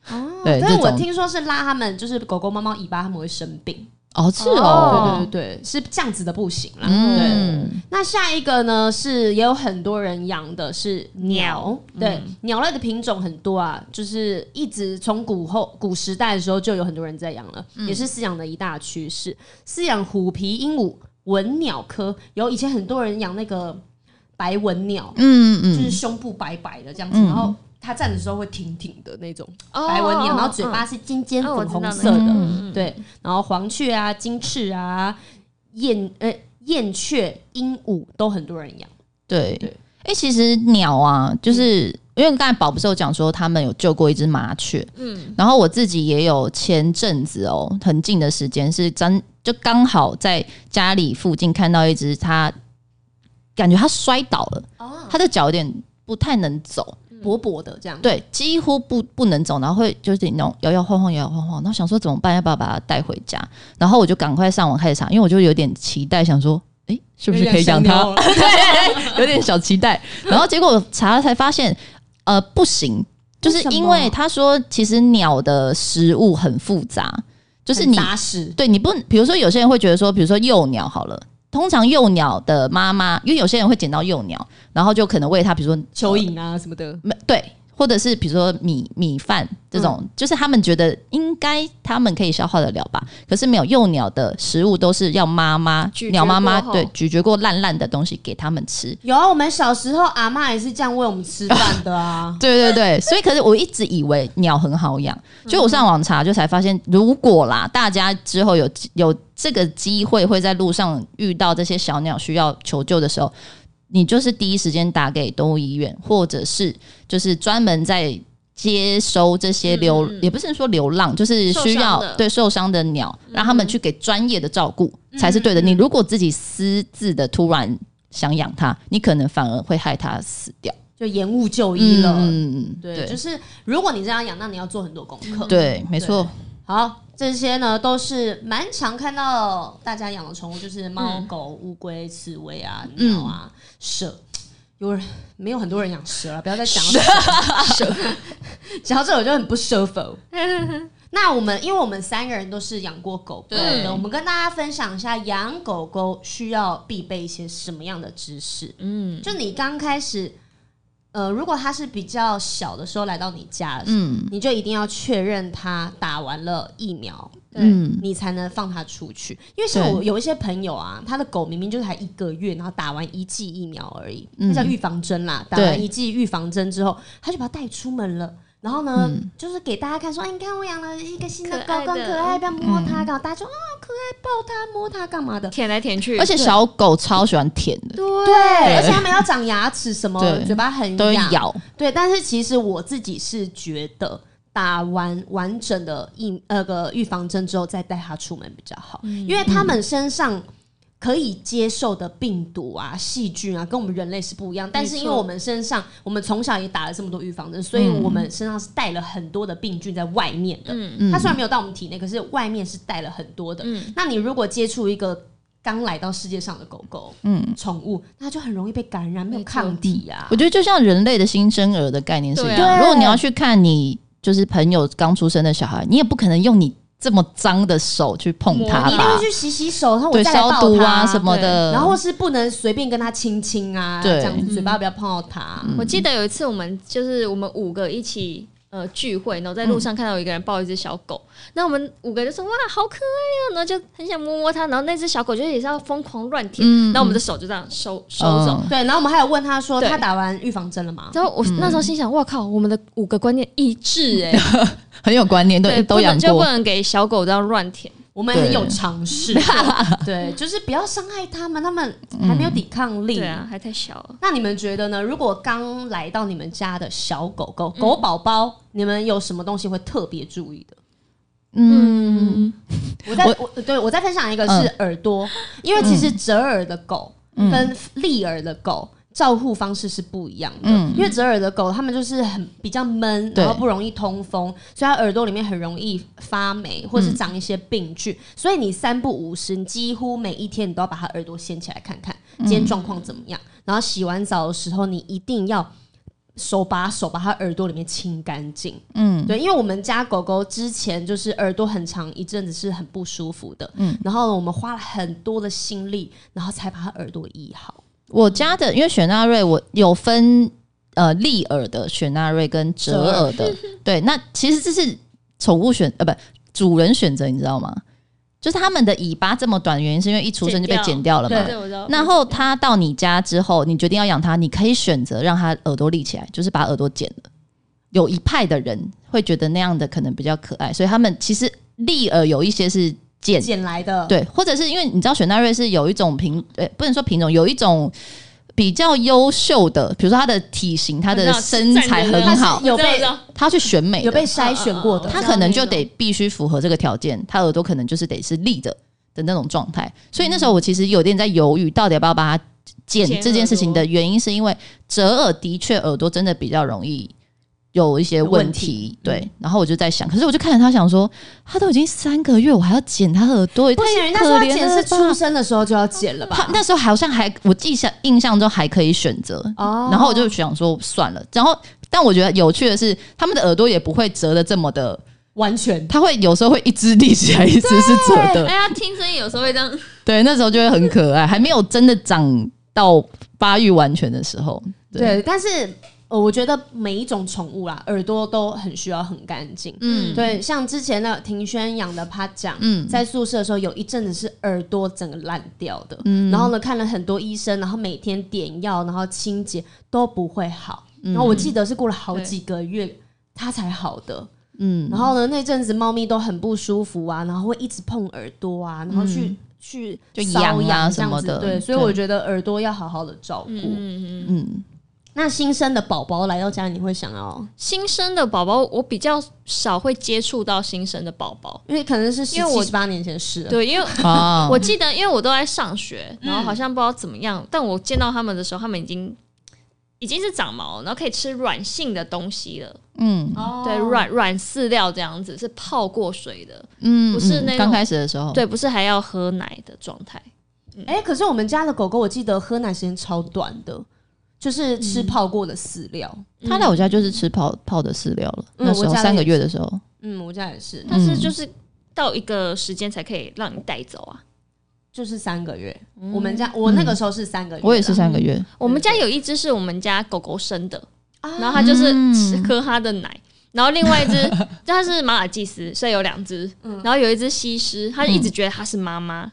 Speaker 2: 哦，
Speaker 3: 对
Speaker 2: 但是
Speaker 3: 这
Speaker 2: 我
Speaker 3: 种
Speaker 2: 听说是拉它们，就是狗狗、猫猫尾巴，它们会生病。
Speaker 3: 哦，是
Speaker 1: 哦
Speaker 3: 哦，
Speaker 2: 对对对对，是这样子的不行啦。
Speaker 3: 嗯，
Speaker 2: 那下一个呢是也有很多人养的是鸟，
Speaker 3: 嗯
Speaker 2: 对，鸟类的品种很多啊，就是一直从古后古时代的时候就有很多人在养了，
Speaker 3: 嗯
Speaker 2: 也是饲养的一大趋势。饲养虎皮鹦鹉、文鸟科，有以前很多人养那个白文鸟，
Speaker 3: 嗯
Speaker 2: 就
Speaker 3: 嗯
Speaker 2: 是胸部白白的这样子，然后它站的时候会挺挺的那种
Speaker 1: 哦
Speaker 2: 白文鸟，然
Speaker 1: 哦
Speaker 2: 后嘴巴是尖尖
Speaker 1: 哦我
Speaker 2: 粉
Speaker 1: 知
Speaker 2: 红
Speaker 1: 道
Speaker 2: 色
Speaker 1: 那
Speaker 2: 的，
Speaker 1: 个
Speaker 3: 嗯
Speaker 2: 对，然后黄雀啊、金翅啊、燕呃燕雀、鹦鹉都很多人养，
Speaker 3: 对
Speaker 2: 对。
Speaker 3: 哎、其实鸟啊，就是、因为刚才宝不是有讲说他们有救过一只麻雀，
Speaker 1: 嗯，
Speaker 3: 然后我自己也有前阵子哦，很近的时间是真就刚好在家里附近看到一只它，感觉它摔倒了，它的脚有点不太能走，
Speaker 1: 嗯
Speaker 2: 薄薄的这样。
Speaker 3: 对，几乎不不能走，然后会就是那种摇摇晃晃，摇摇晃晃，然后想说怎么办，要不要把它带回家？然后我就赶快上网开始查，因为我就有点期待，想说。诶，是不是可以养它？ 对，有点小期待。然后结果查了才发现，呃，不行，就是因
Speaker 2: 为什
Speaker 3: 为
Speaker 2: 么
Speaker 3: 他说，其实鸟的食物很复杂，就是
Speaker 2: 很
Speaker 3: 你
Speaker 2: 扎实，
Speaker 3: 对你不，比如说有些人会觉得说，比如说幼鸟好了。通常幼鸟的妈妈，因为有些人会捡到幼鸟，然后就可能喂它，比如说
Speaker 2: 蚯
Speaker 3: 呃
Speaker 2: 蚓啊什么的，
Speaker 3: 没对，或者是比如说米米饭这种，
Speaker 1: 嗯
Speaker 3: 就是他们觉得应该他们可以消化得了吧？可是没有幼鸟的食物都是要妈妈
Speaker 1: 咀嚼
Speaker 3: 鸟妈妈
Speaker 1: 过后
Speaker 3: 对咀嚼过烂烂的东西给他们吃，。
Speaker 2: 有啊，我们小时候阿嬷也是这样喂我们吃饭的啊
Speaker 3: 对对对，所以可是我一直以为鸟很好养，
Speaker 1: 嗯
Speaker 3: 就我上网查就才发现，如果啦，大家之后有有这个机会会在路上遇到这些小鸟需要求救的时候，你就是第一时间打给动物医院，或者是就是专门在。接收这些流、
Speaker 1: 嗯嗯
Speaker 3: 也不是说流浪，就是需
Speaker 1: 受伤
Speaker 3: 要
Speaker 1: 的
Speaker 3: 对受伤的鸟，让他们去给专业的照顾、才是对
Speaker 1: 嗯
Speaker 3: 的。你如果自己私自的突然想养它，你可能反而会害它死掉。
Speaker 2: 就延误就医了。
Speaker 3: 嗯，
Speaker 2: 对，就是如果你这样养，那你要做很多功课。
Speaker 3: 对，没错，
Speaker 2: 好，这些呢都是蛮常看到大家养的宠物，就是猫、狗、乌龟、刺猬啊、鸟啊、蛇。有人没有很多人养蛇了，不要再讲蛇。蛇讲到这我就很不舒服。那我们因为我们三个人都是养过狗狗
Speaker 3: 对
Speaker 2: 的，我们跟大家分享一下养狗狗需要必备一些什么样的知识。嗯，就你刚开始，呃，如果它是比较小的时候来到你家的时候
Speaker 3: 嗯
Speaker 2: 你就一定要确认他打完了疫苗，
Speaker 3: 嗯，
Speaker 2: 你才能放他出去。因为像
Speaker 3: 对
Speaker 2: 我有一些朋友啊，他的狗明明就才一个月，然后打完一剂疫苗而已，
Speaker 3: 嗯
Speaker 2: 那叫预防针啦。打
Speaker 3: 对
Speaker 2: 完一剂预防针之后，他就把它带出门了。然后呢，
Speaker 3: 嗯
Speaker 2: 就是给大家看说，哎，你看我养了一个新的
Speaker 1: 可
Speaker 2: 狗
Speaker 1: 爱的
Speaker 2: 狗，很可爱，不要摸它，
Speaker 3: 嗯
Speaker 2: 干嘛？大家就啊，可爱，抱它，摸它，干嘛的？
Speaker 1: 舔来舔去，
Speaker 3: 而且小狗超喜欢舔的，
Speaker 2: 对，
Speaker 1: 对，
Speaker 2: 而且它们要长牙齿，什么
Speaker 3: 对
Speaker 2: 嘴巴很
Speaker 3: 都会
Speaker 2: 痒，
Speaker 3: 咬，
Speaker 2: 对，但是其实我自己是觉得打完完整的疫那个预防针之后再带它出门比较好，
Speaker 1: 嗯
Speaker 2: 因为他们身上。可以接受的病毒啊、细菌啊，跟我们人类是不一样。但是因为
Speaker 1: 错嗯
Speaker 2: 我们身上，我们从小也打了这么多预防针，所以我们身上是带了很多的病菌在外面的。它虽然没有到我们体内，可是外面是带了很多的。
Speaker 1: 嗯
Speaker 2: 那你如果接触一个刚来到世界上的狗狗、
Speaker 3: 嗯。
Speaker 2: 宠物，那就很容易被感染，没有
Speaker 1: 没错
Speaker 2: 抗体啊
Speaker 3: 我。觉得就像人类的新生儿的概念是一
Speaker 1: 对
Speaker 3: 样，
Speaker 2: 啊
Speaker 3: 如果你要去看你就是朋友刚出生的小孩，你也不可能用你这么脏的手去碰
Speaker 2: 你
Speaker 3: 它
Speaker 2: 一定会
Speaker 3: 吧？
Speaker 2: 去洗洗手，然后我
Speaker 3: 对，
Speaker 2: 再来
Speaker 3: 消
Speaker 2: 抱
Speaker 3: 毒
Speaker 2: 它
Speaker 3: 啊什么的。
Speaker 2: 然后是不能随便跟它亲亲啊，
Speaker 3: 对
Speaker 1: 嗯
Speaker 3: 嗯
Speaker 2: 这样子嘴巴不要碰到它。
Speaker 1: 我记得有一次我们就是我们五个一起呃聚会，然后在路上
Speaker 3: 嗯
Speaker 1: 看到有一个人抱一只小狗，那我们五个就说哇好可爱哦、然后就很想摸摸它，然后那只小狗就也是要疯狂乱舔，
Speaker 3: 嗯
Speaker 1: 然后我们的手就这样收收走。
Speaker 3: 嗯
Speaker 2: 对，然后我们还有问他说，
Speaker 1: 对
Speaker 2: 他打完预防针了吗？
Speaker 1: 然后我那时
Speaker 3: 嗯
Speaker 1: 候心想，哇靠，我们的五个观念一致哎、
Speaker 3: 很有观念，嗯 对，
Speaker 1: 对，
Speaker 3: 都
Speaker 1: 不
Speaker 3: 养
Speaker 1: 能就不
Speaker 3: 过。
Speaker 1: 能给小狗这样乱舔。
Speaker 2: 我们很有尝 试，对，就是不要伤害他们，他们还
Speaker 3: 嗯
Speaker 2: 没有抵抗力。
Speaker 1: 对啊，还太小了。
Speaker 2: 那你们觉得呢？如果刚来到你们家的小狗狗、
Speaker 1: 嗯
Speaker 2: 狗宝宝，你们有什么东西会特别注意的？
Speaker 3: 嗯，
Speaker 2: 我在
Speaker 3: 我嗯
Speaker 2: 我对我再分享一个是耳朵，因为其实折耳的狗跟立耳的狗。照护方式是不一样的，
Speaker 3: 嗯
Speaker 2: 因为折耳的狗它们就是很比较闷，
Speaker 3: 对
Speaker 2: 然后不容易通风，所以它耳朵里面很容易发霉
Speaker 3: 嗯
Speaker 2: 或是长一些病菌，所以你三不五时，你几乎每一天你都要把它耳朵掀起来看看今
Speaker 3: 嗯
Speaker 2: 天状况怎么样，然后洗完澡的时候你一定要手把手把它耳朵里面清干净。嗯，对，因为我们家狗狗之前就是耳朵很长一阵子是很不舒服的，嗯，然后我们花了很多的心力，然后才把它耳朵医好。
Speaker 3: 我家的因为雪纳瑞，我有分呃立耳的雪纳瑞跟折耳的， 对，那其实这是宠物选呃不主人选择，你知道吗？就是他们的尾巴这么短，原因是因为一出生就被剪
Speaker 1: 剪
Speaker 3: 掉了嘛。
Speaker 1: 对，我知道。
Speaker 3: 然后它到你家之后，你决定要养它，你可以选择让它耳朵立起来，就是把耳朵剪了。有一派的人会觉得那样的可能比较可爱，所以他们其实立耳有一些是剪
Speaker 2: 捡来的，
Speaker 3: 对，或者是因为你知道雪纳瑞是有一种品，呃、不能说品种，有一种比较优秀的，比如说它的体型、它的身材很好，
Speaker 2: 有被
Speaker 1: 被
Speaker 3: 它去选美
Speaker 2: 有
Speaker 3: 的
Speaker 2: 被，筛选过的，
Speaker 3: 它可能就得必须符合这个条件，它耳朵可能就是得是立的的那种状态。所以那时候我其实有点在犹豫，到底要不要把它剪
Speaker 1: 剪
Speaker 3: 这件事情
Speaker 1: 耳朵
Speaker 3: 的原因，是因为折耳的确耳朵真的比较容易。有一些
Speaker 2: 有问
Speaker 3: 问题，对，然后我就在想，可是我就看着他想说，他都已经三个月，我还要剪他耳朵，也
Speaker 2: 不行，
Speaker 3: 太
Speaker 2: 人家
Speaker 3: 可
Speaker 2: 说
Speaker 3: 怜
Speaker 2: 剪
Speaker 3: 了
Speaker 2: 是
Speaker 3: 吧
Speaker 2: 出生的时候就要剪了
Speaker 3: 他
Speaker 2: 吧？
Speaker 3: 那时候好像还，我印象印象中还可以选择，
Speaker 2: 哦
Speaker 3: 然后我就想说算了。然后，但我觉得有趣的是，他们的耳朵也不会折的这么的，
Speaker 2: 完全
Speaker 3: 它会有时候会一只立起来，一只是折
Speaker 1: 哎
Speaker 3: 的。
Speaker 1: 呀，听声音有时候会这样。
Speaker 3: 对，那时候就会很可爱，还没有真的长到发育完全的时 候。对，
Speaker 2: 对，但是呃我觉得每一种宠物啦，耳朵都很需要很干净。
Speaker 3: 嗯，
Speaker 2: 对，像之前那个庭轩养的帕酱，
Speaker 3: 嗯
Speaker 2: 在宿舍的时候有一阵子是耳朵整个烂掉的，
Speaker 3: 嗯
Speaker 2: 然后呢看了很多医生，然后每天点药，然后清洁都不会好，
Speaker 3: 嗯
Speaker 2: 然后我记得是过了好几个月它才好的。
Speaker 3: 嗯，
Speaker 2: 然后呢，那阵子猫咪都很不舒服啊，然后会一直碰耳朵啊，然后去、去
Speaker 3: 嗯就
Speaker 2: 搔
Speaker 3: 痒啊
Speaker 2: 痒
Speaker 3: 什么
Speaker 2: 这样
Speaker 3: 的
Speaker 2: 子对，所以
Speaker 3: 对
Speaker 2: 我觉得耳朵要好好的照顾。
Speaker 1: 嗯嗯嗯。
Speaker 3: 嗯，
Speaker 2: 那新生的宝宝来到家，你会想要，
Speaker 1: 新生的宝宝，我比较少会接触到新生的宝宝。
Speaker 2: 因为可能是十
Speaker 1: 因为
Speaker 2: 七
Speaker 1: 我
Speaker 2: 十八年前的事了。
Speaker 1: 对，因为
Speaker 3: 啊，
Speaker 1: 我记得，因为我都在上学，然后好像不知道怎么样，但我见到他们的时候，他们已经已经是长毛，然后可以吃软性的东西了，
Speaker 3: 嗯
Speaker 2: 哦
Speaker 1: 对，软软饲料这样子，是泡过水的，
Speaker 3: 嗯，
Speaker 1: 不是那
Speaker 3: 嗯
Speaker 1: 种
Speaker 3: 刚开始的时候，
Speaker 1: 对，不是还要喝奶的状态。
Speaker 2: 哎、可是我们家的狗狗，我记得喝奶时间超短的，就是吃泡过的饲料。
Speaker 3: 他来我家就是吃泡泡的饲料了。
Speaker 2: 嗯
Speaker 3: 那时
Speaker 2: 我
Speaker 3: 候
Speaker 2: 家
Speaker 3: 三
Speaker 2: 也
Speaker 3: 个月的时候，
Speaker 2: 嗯，我家也是，
Speaker 1: 但是就是到一个时间才可以让你带走啊。
Speaker 2: 就是三个月。我们家我那个时候是三个月啦，
Speaker 3: 我也是三个月，
Speaker 1: 我们家有一只是我们家狗狗生的，
Speaker 2: 啊
Speaker 1: 然后它就是
Speaker 3: 嗯
Speaker 1: 吃喝它的奶。然后另外一 只，它是马尔济斯，所以有两只。
Speaker 2: 嗯
Speaker 1: 然后有一只西施，它一直觉得它是妈妈，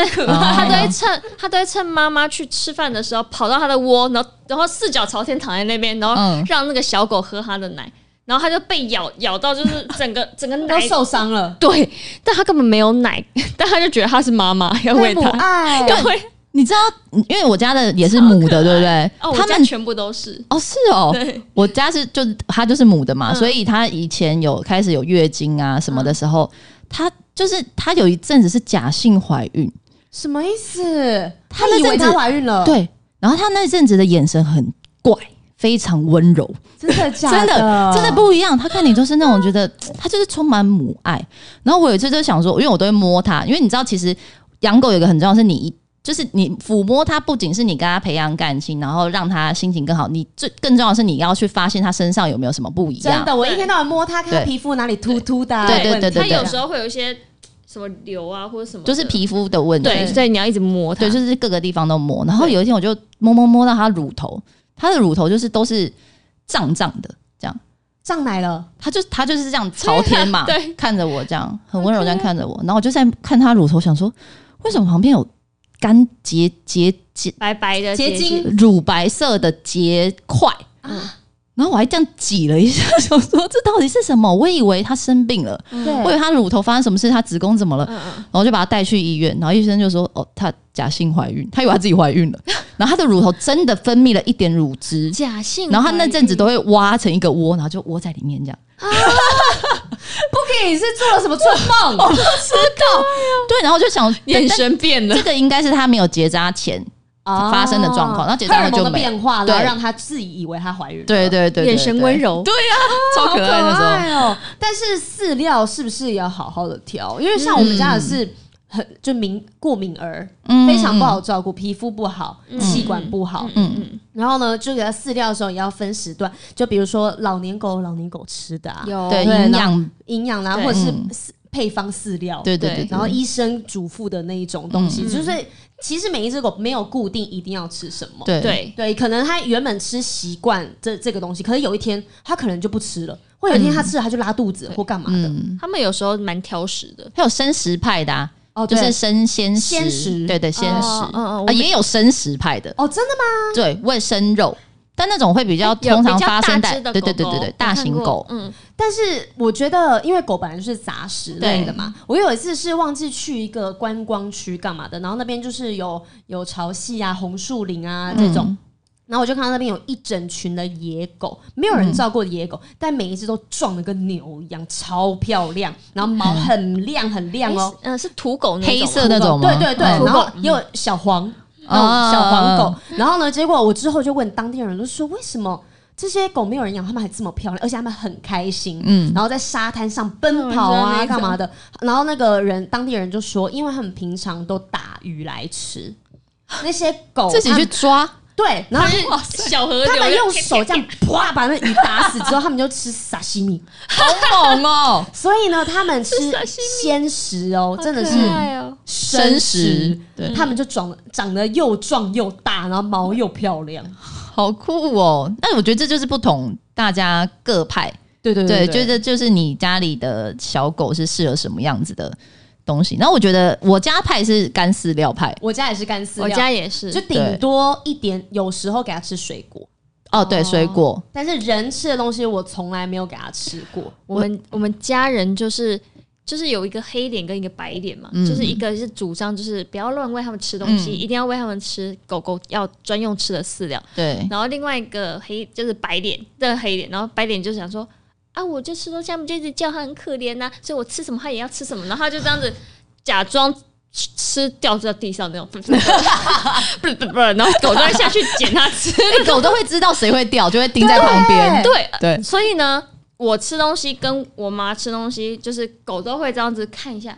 Speaker 1: 以它
Speaker 3: 爱
Speaker 1: 都会趁它都会趁妈妈去吃饭的时候，跑到它的窝，然后然后四脚朝天躺在那边，然后
Speaker 3: 嗯
Speaker 1: 让那个小狗喝它的奶，然后它就被咬咬到，就是整个 整个
Speaker 2: 都
Speaker 1: 奶
Speaker 2: 受伤了，
Speaker 1: 对，但它根本没有奶， 但它就觉得它是妈妈，要喂
Speaker 2: 太母
Speaker 1: 它。
Speaker 2: 爱。
Speaker 1: 对，
Speaker 3: 你知道，因为我家的也是母的，对不对？
Speaker 1: 哦，我
Speaker 3: 他
Speaker 1: 家
Speaker 3: 们
Speaker 1: 全部都是。
Speaker 3: 哦是哦，
Speaker 1: 对，
Speaker 3: 我家是就它就是母的嘛，
Speaker 1: 嗯
Speaker 3: 所以它以前有开始有月经啊什么的时候，它就是它有一阵子是假性怀孕，
Speaker 2: 什么意思？
Speaker 3: 他
Speaker 2: 他
Speaker 3: 那
Speaker 2: 以为
Speaker 3: 阵子
Speaker 2: 他怀孕了，，
Speaker 3: 对，然后它那阵子的眼神很怪。非常温柔，
Speaker 2: 真的假
Speaker 3: 真
Speaker 2: 的
Speaker 3: 的真的不一样。它看你就是那种觉得，它就是充满母爱。然后我有一次就想说，因为我都会摸它，因为你知道，其实养狗有一个很重要的是你一，就是你抚摸它，不仅是你跟它培养感情，然后让它心情更好，你最更重要的是你要去发现它身上有没有什么不一样
Speaker 2: 真。的，我一天到晚摸它，看它
Speaker 3: 对
Speaker 2: 皮肤哪里突突的啊，
Speaker 3: 对对
Speaker 2: 有问题
Speaker 3: 对
Speaker 1: 它
Speaker 3: 对
Speaker 1: 有时候会有一些什么瘤啊，或者什么的，
Speaker 3: 就是皮肤的问题。
Speaker 1: 对，所以你要一直摸它。
Speaker 3: 对，就是各个地方都摸。然后有一天我就摸摸摸到它乳头，它的乳头就是都是胀胀的这样。
Speaker 2: 胀奶了，
Speaker 3: 他就他就是这样朝天嘛，
Speaker 1: 对
Speaker 3: 看着我这样很温柔这样看着我，然后我就在看他乳头，想说为什么旁边有干结结结
Speaker 1: 白白的
Speaker 2: 结晶
Speaker 3: 乳白色的结块，然后我还这样挤了一下， 想说这到底是什么？我以为他生病了，我以
Speaker 2: 对，
Speaker 3: 为他乳头发生什么事，他子宫怎么了？
Speaker 1: 嗯嗯，
Speaker 3: 然后就把她带去医院，然后医生就说：“哦，她假性怀孕， 她以为她自己怀孕了，然后她的乳头真的分泌了一点乳汁，
Speaker 1: 假性怀孕，
Speaker 3: 然后她那阵子都会挖成一个窝，然后就窝在里面这样。
Speaker 2: 不给你是做了什么春梦？
Speaker 3: 对，然后我就想，
Speaker 1: 眼
Speaker 3: 但
Speaker 1: 神变了
Speaker 3: 这，个应该是她没有结扎前 发生的状况，然后结
Speaker 2: 哦荷
Speaker 3: 扎
Speaker 2: 尔
Speaker 3: 后
Speaker 2: 蒙
Speaker 3: 就
Speaker 2: 的
Speaker 3: 没有。
Speaker 2: 变化，然后
Speaker 3: 对
Speaker 2: 让她自己以为她怀孕了，
Speaker 3: 对对对，对
Speaker 1: 眼神温，柔，
Speaker 3: 对对啊，超可爱那时候。
Speaker 2: 爱哦。但是饲料是不是也要好好的挑？因为像我们家的是很就敏过敏儿，
Speaker 3: 嗯
Speaker 2: 非常不好照顾，皮肤不好，气管不好。
Speaker 1: 嗯嗯
Speaker 2: 然后呢，就给它饲料的时候也要分时段，就比如说老年狗有老年狗吃的、啊
Speaker 1: 嗯，，有
Speaker 3: 对
Speaker 2: 对
Speaker 3: 营
Speaker 2: 然
Speaker 3: 养，
Speaker 2: 营养啦，
Speaker 1: 对
Speaker 2: 或者是
Speaker 3: 嗯
Speaker 2: 饲配方饲料，
Speaker 3: 对对对，
Speaker 2: 然后
Speaker 3: 对
Speaker 2: 医生嘱咐的那一种东西，
Speaker 1: 嗯
Speaker 2: 就是其实每一只狗没有固定一定要吃什么。
Speaker 3: 对对
Speaker 1: 对，
Speaker 2: 对，可能它原本吃习惯这这个东西，可是有一天它可能就不吃了，或有一天它吃了它就拉肚子或干嘛的。
Speaker 3: 嗯，
Speaker 1: 他们有时候蛮挑食的，
Speaker 3: 还有生食派的啊，
Speaker 2: 哦，
Speaker 3: 就
Speaker 2: 对
Speaker 3: 是生鲜
Speaker 2: 鲜食
Speaker 3: 对对鲜
Speaker 1: 哦
Speaker 3: 食，
Speaker 1: 嗯嗯我
Speaker 3: 啊
Speaker 1: 们
Speaker 3: 也有生食派的。
Speaker 2: 哦，真的吗？
Speaker 3: 对，喂生肉，但那种会比较
Speaker 1: 哎有
Speaker 3: 通常
Speaker 1: 比较
Speaker 3: 发生
Speaker 1: 大
Speaker 3: 在
Speaker 1: 只的
Speaker 3: 对对
Speaker 1: 狗
Speaker 3: 对
Speaker 1: 狗
Speaker 3: 对对
Speaker 1: 我
Speaker 3: 大
Speaker 1: 看
Speaker 3: 型
Speaker 1: 过
Speaker 3: 狗，
Speaker 1: 嗯，
Speaker 2: 但是我觉得，因为狗本来就是杂食类的嘛，我有一次是忘记去一个观光区干嘛的，然后那边就是有有潮汐啊、红树林啊这种。
Speaker 3: 嗯
Speaker 2: 然后我就看到那边有一整群的野狗，没有人照顾的野狗，但每一只都壮的跟牛一样，超漂亮，然后毛很亮很亮哦，
Speaker 1: 嗯，呃是土狗那种
Speaker 3: 黑嗯
Speaker 1: 吗
Speaker 3: 色那种吗？
Speaker 2: 对对对，
Speaker 3: 嗯
Speaker 2: 然后也有小黄，
Speaker 3: 哦
Speaker 2: 那种小黄
Speaker 1: 嗯
Speaker 2: 狗。然后呢，结果我之后就问当地人，就说为什么？这些狗没有人养，它们还这么漂亮，而且它们很开心，嗯，然后在沙滩上奔跑
Speaker 1: 嗯
Speaker 2: 啊，
Speaker 1: 真的
Speaker 2: 干嘛的？然后那个人，当地人就说，因为他们平常都打鱼来吃，那些狗
Speaker 3: 嗯自己
Speaker 2: 它
Speaker 3: 去
Speaker 2: 们
Speaker 3: 抓，
Speaker 2: 对，然后就
Speaker 1: 哇塞小河流，
Speaker 2: 他们用手这 样啪把那鱼打死之后，他们就吃沙西米，
Speaker 3: 好猛哦！
Speaker 2: 所以呢，他们吃
Speaker 1: 吃 沙西
Speaker 2: 鲜食哦，真的是
Speaker 1: 好可爱哦
Speaker 3: 生食
Speaker 2: 食，
Speaker 3: 对
Speaker 2: 他们就长长得又壮又大，然后毛又漂亮。
Speaker 3: 好酷哦！那我觉得这就是不同大家各派，
Speaker 2: 对对
Speaker 3: 对，就这就是你家里的小狗是适合什么样子的东西。然后我觉得我家派是干饲料派，
Speaker 2: 我家也是干饲料，
Speaker 1: 我家也是
Speaker 2: 就，顶多一点，有时候给它吃水果，
Speaker 3: 哦，对，水果，
Speaker 2: 但是人吃的东西我从来没有给它吃过。
Speaker 1: 我们我们家人就是。就是有一个黑脸跟一个白脸嘛，
Speaker 3: 嗯
Speaker 1: 就是一个是主张就是不要乱喂他们吃东西，
Speaker 3: 嗯
Speaker 1: 一定要喂他们吃狗狗要专用吃的饲料。
Speaker 3: 对，
Speaker 1: 然后另外一个黑就是白脸，这个黑脸，然后白脸就想说啊，我就吃东西，他们就一直叫他很可怜呐、所以我吃什么他也要吃什么，然后他就这样子假装吃吃掉在地上那种，不 不不，然后狗都会下去捡它吃，
Speaker 3: 哎狗都会知道谁会掉，就会盯在旁边，
Speaker 1: 对，
Speaker 3: 对，
Speaker 1: 所以呢，我吃东西跟我妈吃东西，就是狗都会这样子看一下。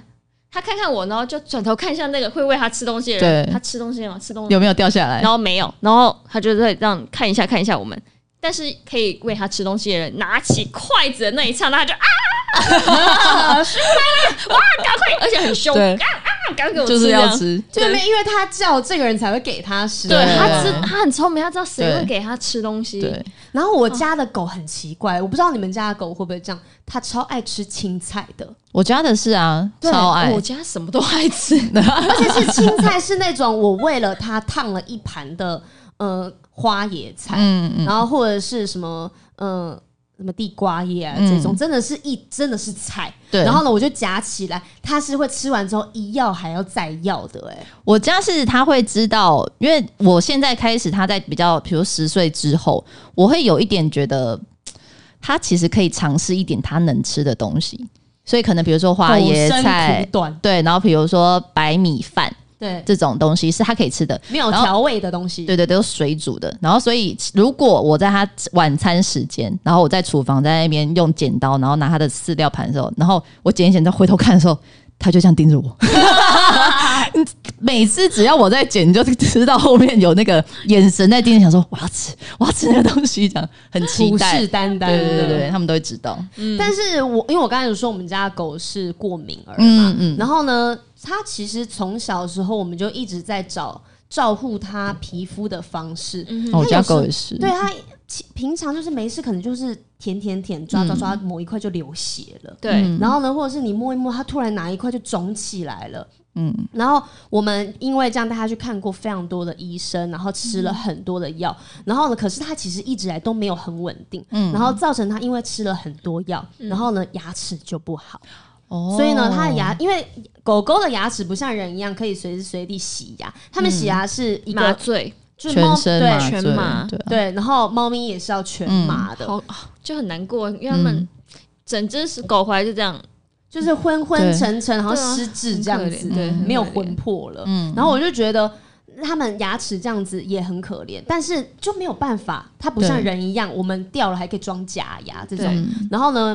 Speaker 1: 它看看我，然后就转头看一下那个会喂它吃东西的人，
Speaker 3: 对
Speaker 1: 它吃东西了吗？吃东西了吗
Speaker 3: 有没有掉下来
Speaker 1: 然？后没有，然后他就会让看一下看一下我们，但是可以喂他吃东西的人拿起筷子的那一刹那，他就啊，哇，赶快，而且很凶，
Speaker 3: 对
Speaker 1: 啊啊，赶快给我吃，
Speaker 3: 就是
Speaker 1: 这
Speaker 3: 要
Speaker 1: 样。
Speaker 3: 吃，
Speaker 2: 对，因为它叫这个人才会给它吃。
Speaker 1: 对
Speaker 3: 对
Speaker 1: 他吃，他很聪明，他知道谁
Speaker 3: 对
Speaker 1: 会给他吃东西。
Speaker 3: 对，
Speaker 2: 然后我家的狗很奇怪，我不知道你们家的狗会不会这样，它超爱吃青菜的，
Speaker 3: 我家的是啊，
Speaker 2: 对
Speaker 3: 超爱嗯
Speaker 1: 我，家什么都爱吃，
Speaker 2: 而且是青菜是那种我为了它烫了一盘的呃花椰菜，
Speaker 3: 嗯嗯，
Speaker 2: 然后或者是什么呃什么地瓜叶啊
Speaker 3: 嗯
Speaker 2: 这种，真的是一真的是菜。
Speaker 3: 对。
Speaker 2: 然后呢，我就夹起来，它是会吃完之后一要还要再要的、哎，
Speaker 3: 我家是他会知道，因为我现在开始他在比较，比如十岁之后，我会有一点觉得嘖他其实可以尝试一点他能吃的东西，所以可能比如说花椰
Speaker 2: 狗生
Speaker 3: 菜
Speaker 2: 苦，短，
Speaker 3: 对，然后比如说白米饭
Speaker 2: 对，
Speaker 3: 这种东西是他可以吃的，
Speaker 2: 没有
Speaker 3: 然后
Speaker 2: 调味的东西，
Speaker 3: 对对，都是水煮的。然后，所以如果我在他晚餐时间，然后我在厨房在那边用剪刀，然后拿他的饲料盘的时候，然后我剪一剪，再回头看的时候，他就这样盯着我。每次只要我在剪，你就知道后面有那个眼神在盯着，想说我要吃，我要吃那个东西，这样很期
Speaker 2: 虎
Speaker 3: 待
Speaker 2: 视。眈眈
Speaker 3: 对对对
Speaker 2: 的嗯
Speaker 3: 对，他们都会知道。
Speaker 2: 但是我因为我刚才有说我们家的狗是过敏儿嘛，
Speaker 3: 嗯嗯，
Speaker 2: 然后呢，它其实从小的时候我们就一直在找照顾它皮肤的方式。
Speaker 1: 嗯
Speaker 3: 哦
Speaker 1: 哼
Speaker 3: 我家狗也是。
Speaker 2: 对它，啊其平常就是没事，可能就是舔舔舔，抓抓抓，某一块就流血了。
Speaker 1: 对，
Speaker 3: 嗯
Speaker 2: 然后呢，或者是你摸一摸，它突然哪一块就肿起来了。
Speaker 3: 嗯，
Speaker 2: 然后我们因为这样带他去看过非常多的医生，然后吃了很多的药，然后呢，可是他其实一直以来都没有很稳定，
Speaker 1: 嗯
Speaker 2: 然后造成他因为吃了很多药，然后呢牙齿就不好，
Speaker 3: 哦
Speaker 2: 所以呢，它的牙因为狗狗的牙齿不像人一样可以随时随地洗牙，它们洗牙是一
Speaker 1: 麻
Speaker 2: 个
Speaker 1: 醉
Speaker 2: 就是猫
Speaker 3: 全身
Speaker 2: 对
Speaker 3: 麻
Speaker 1: 全
Speaker 3: 醉
Speaker 1: 麻
Speaker 3: 对啊
Speaker 2: 对，然后猫咪也是要全麻的，
Speaker 1: 好就很难过，因为他
Speaker 3: 嗯
Speaker 1: 们整只狗回来就这样，
Speaker 2: 就是昏昏沉沉，好像
Speaker 1: 对啊
Speaker 2: 失智这样子，
Speaker 1: 很可怜对
Speaker 2: 没有
Speaker 1: 很可怜
Speaker 2: 魂魄了。
Speaker 3: 嗯
Speaker 2: 然后我就觉得。他们牙齿这样子也很可怜，但是就没有办法，它不像
Speaker 3: 对
Speaker 2: 人一样，我们掉了还可以装假牙这种
Speaker 1: 对。
Speaker 3: 嗯
Speaker 2: 然后呢，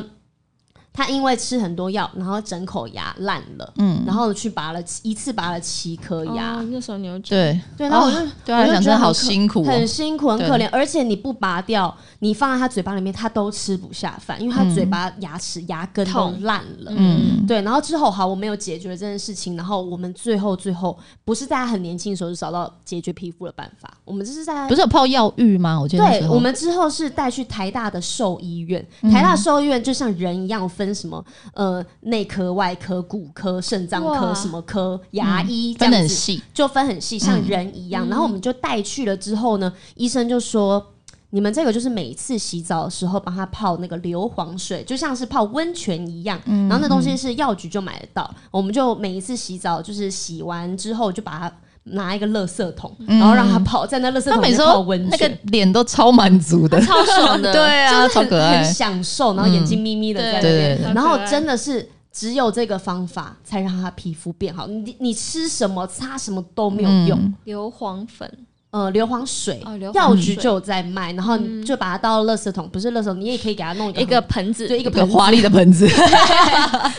Speaker 2: 它因为吃很多药，然后整口牙烂了，
Speaker 3: 嗯
Speaker 2: 然后去拔了七一次拔了七颗牙，
Speaker 1: 哦那时候牛角，
Speaker 3: 对
Speaker 2: 对然后我就
Speaker 3: 哦对他来
Speaker 2: 我就
Speaker 3: 讲
Speaker 2: 觉
Speaker 3: 真
Speaker 2: 得
Speaker 3: 的好
Speaker 2: 很可
Speaker 3: 辛苦哦，
Speaker 2: 很辛苦，很
Speaker 3: 对
Speaker 2: 可怜。而且你不拔掉，你放在它嘴巴里面，它都吃不下饭，因为它嘴巴、牙齿、牙根都
Speaker 1: 痛
Speaker 2: 烂了。
Speaker 3: 嗯
Speaker 2: 对，然后之后好，我们有解决这件事情，然后我们最后最后不是在他很年轻的时候就找到解决皮肤的办法，我们这是在
Speaker 3: 不是有泡药浴吗？我记得那时
Speaker 2: 对，
Speaker 3: 候嗯
Speaker 2: 我们之后是带去台大的兽医院，台大兽医院就像人一样分什么呃内科、外科、骨科、肾脏科
Speaker 1: 哇
Speaker 2: 什么科、牙医这
Speaker 3: 嗯分的
Speaker 2: 样
Speaker 3: 很
Speaker 2: 子，
Speaker 3: 细，
Speaker 2: 就分很细，
Speaker 3: 嗯
Speaker 2: 像人一样。然后我们就带去了之后呢，医生就说。你们这个就是每次洗澡的时候帮他泡那个硫磺水，就像是泡温泉一样。
Speaker 3: 嗯
Speaker 2: 然后那东西是药局就买得到，我们就每一次洗澡就是洗完之后就把它拿一个垃圾桶，然后让它泡在那垃圾
Speaker 3: 嗯他
Speaker 2: 桶里
Speaker 3: 每
Speaker 2: 面
Speaker 3: 次
Speaker 2: 泡
Speaker 3: 都
Speaker 2: 温
Speaker 3: 那
Speaker 2: 泉
Speaker 3: 个。脸都超满足的，
Speaker 1: 超爽的，
Speaker 3: 对啊，
Speaker 2: 就是
Speaker 3: 超
Speaker 2: 很
Speaker 3: 可
Speaker 2: 很
Speaker 3: 爱，嗯
Speaker 2: 享受，然后眼睛眯眯的在那边，
Speaker 3: 对对
Speaker 1: 对
Speaker 2: 然后
Speaker 1: 很可爱
Speaker 2: 真的是。只有这个方法才让他皮肤变好。你你吃什么擦什么都 没有
Speaker 3: 嗯
Speaker 2: 用。
Speaker 1: 硫磺粉，
Speaker 2: 呃，硫磺水
Speaker 1: 哦硫磺，水嗯
Speaker 2: 药局就有在卖，然后你就把它倒到垃圾桶，不是垃圾桶，你也可以给它弄
Speaker 1: 一
Speaker 2: 一个
Speaker 1: 个盆子，
Speaker 2: 对一个
Speaker 3: 一个
Speaker 2: 盆，
Speaker 3: 华丽的 盆子，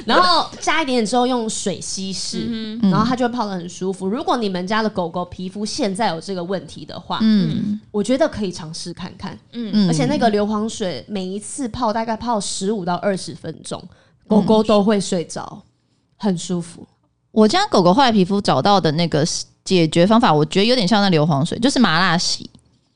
Speaker 2: 然后加一点点之后用水稀
Speaker 1: 嗯
Speaker 2: 释，然
Speaker 3: 嗯
Speaker 2: 后它就会泡得很舒服。如果你们家的狗狗皮肤现在有这个问题的话，
Speaker 3: 嗯
Speaker 2: 我觉得可以尝试看看。
Speaker 3: 嗯，
Speaker 2: 而且那个硫磺水每一次泡大概泡十五到二十分钟，
Speaker 3: 嗯
Speaker 2: 狗狗都会睡着，很舒服。
Speaker 3: 我家狗狗后来皮肤找到的那个解决方法，我觉得有点像那硫磺水，就是麻辣洗，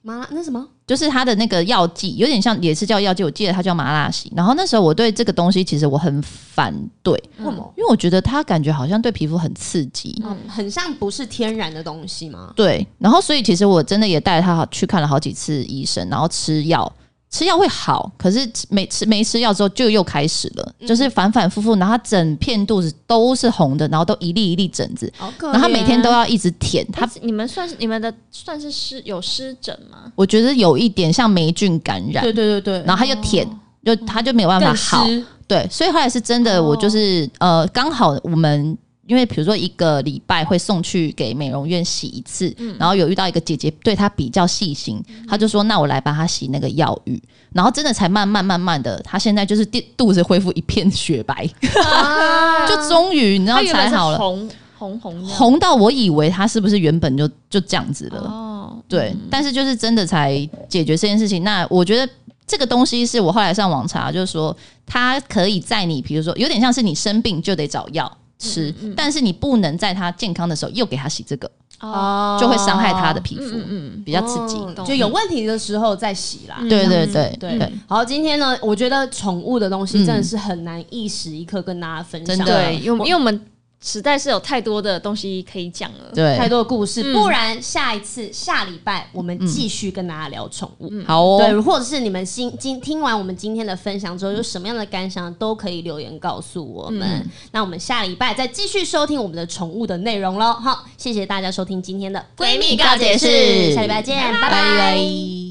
Speaker 2: 麻辣那什么？
Speaker 3: 就是它的那个药剂，有点像也是叫药剂，我记得它叫麻辣洗。然后那时候我对这个东西其实我很反对，
Speaker 1: 嗯
Speaker 2: 为什么？
Speaker 3: 因为我觉得它感觉好像对皮肤很刺激。
Speaker 2: 嗯，很像不是天然的东西吗？
Speaker 3: 对，然后所以其实我真的也带它去看了好几次医生，然后吃药，吃药会好，可是没吃没吃药之后就又开始了，
Speaker 2: 嗯
Speaker 3: 就是反反复复，然后它整片肚子都是红的，然后都一粒一粒疹子，
Speaker 2: 好可
Speaker 3: 然后它每天都
Speaker 2: 要
Speaker 3: 要一直舔，它
Speaker 1: 它你们算是你们的算是湿有湿疹吗？
Speaker 3: 我觉得有一点像霉菌感染，
Speaker 2: 对对对对，
Speaker 3: 然后
Speaker 1: 哦
Speaker 3: 它就舔，就它就没有办法
Speaker 2: 更
Speaker 3: 好。
Speaker 2: 湿
Speaker 3: 对，所以后来是真的，
Speaker 2: 哦
Speaker 3: 我就是、呃，刚好我们。因为比如说一个礼拜会送去给美容院洗一次，
Speaker 1: 嗯
Speaker 3: 然后有遇到一个姐姐对她比较细心，她就说：“那我来帮她洗那个药浴。”然后真的才慢慢慢慢的，她现在就是肚肚子恢复一片雪白，
Speaker 2: 啊
Speaker 3: 就终于你知道
Speaker 1: 它原本
Speaker 3: 才
Speaker 1: 是
Speaker 3: 好了，
Speaker 1: 红红红的
Speaker 3: 红到我以为她是不是原本就就这样子了，
Speaker 1: 哦，
Speaker 3: 对，但是就是真的才解决这件事情。那我觉得这个东西是我后来上网查，就是说它可以在你，比如说有点像是你生病就得找药吃，
Speaker 1: 嗯
Speaker 3: 但是你不能在它健康的时候又给它洗这个，
Speaker 1: 哦，
Speaker 3: 就会伤害它的皮肤，
Speaker 1: 嗯嗯
Speaker 3: 比较刺激。
Speaker 2: 哦
Speaker 1: 懂嗯
Speaker 2: 就有问题的时候再洗啦。
Speaker 3: 对对对
Speaker 2: 对
Speaker 3: 对，
Speaker 2: 好，今天呢，我觉得宠物的东西真的是很难一时一刻跟大家分享，
Speaker 3: 真
Speaker 1: 嗯，
Speaker 3: 的
Speaker 1: 对，因为我们因为我们实在是有太多的东西可以讲了，
Speaker 2: 太
Speaker 3: 对，
Speaker 2: 多的故
Speaker 1: 嗯
Speaker 2: 事。不然下一次下礼拜我们继续跟大家聊宠物。
Speaker 1: 嗯
Speaker 3: 好哦，
Speaker 2: 对，或者是你们今今听完我们今天的分享之后，有什么样的感想，都可以留言告诉我们。
Speaker 3: 嗯
Speaker 2: 那我们下礼拜再继续收听我们的宠物的内容喽。好，谢谢大家收听今天的
Speaker 1: 闺蜜告解室
Speaker 2: 下礼拜见，拜
Speaker 3: 拜
Speaker 2: 拜
Speaker 3: 拜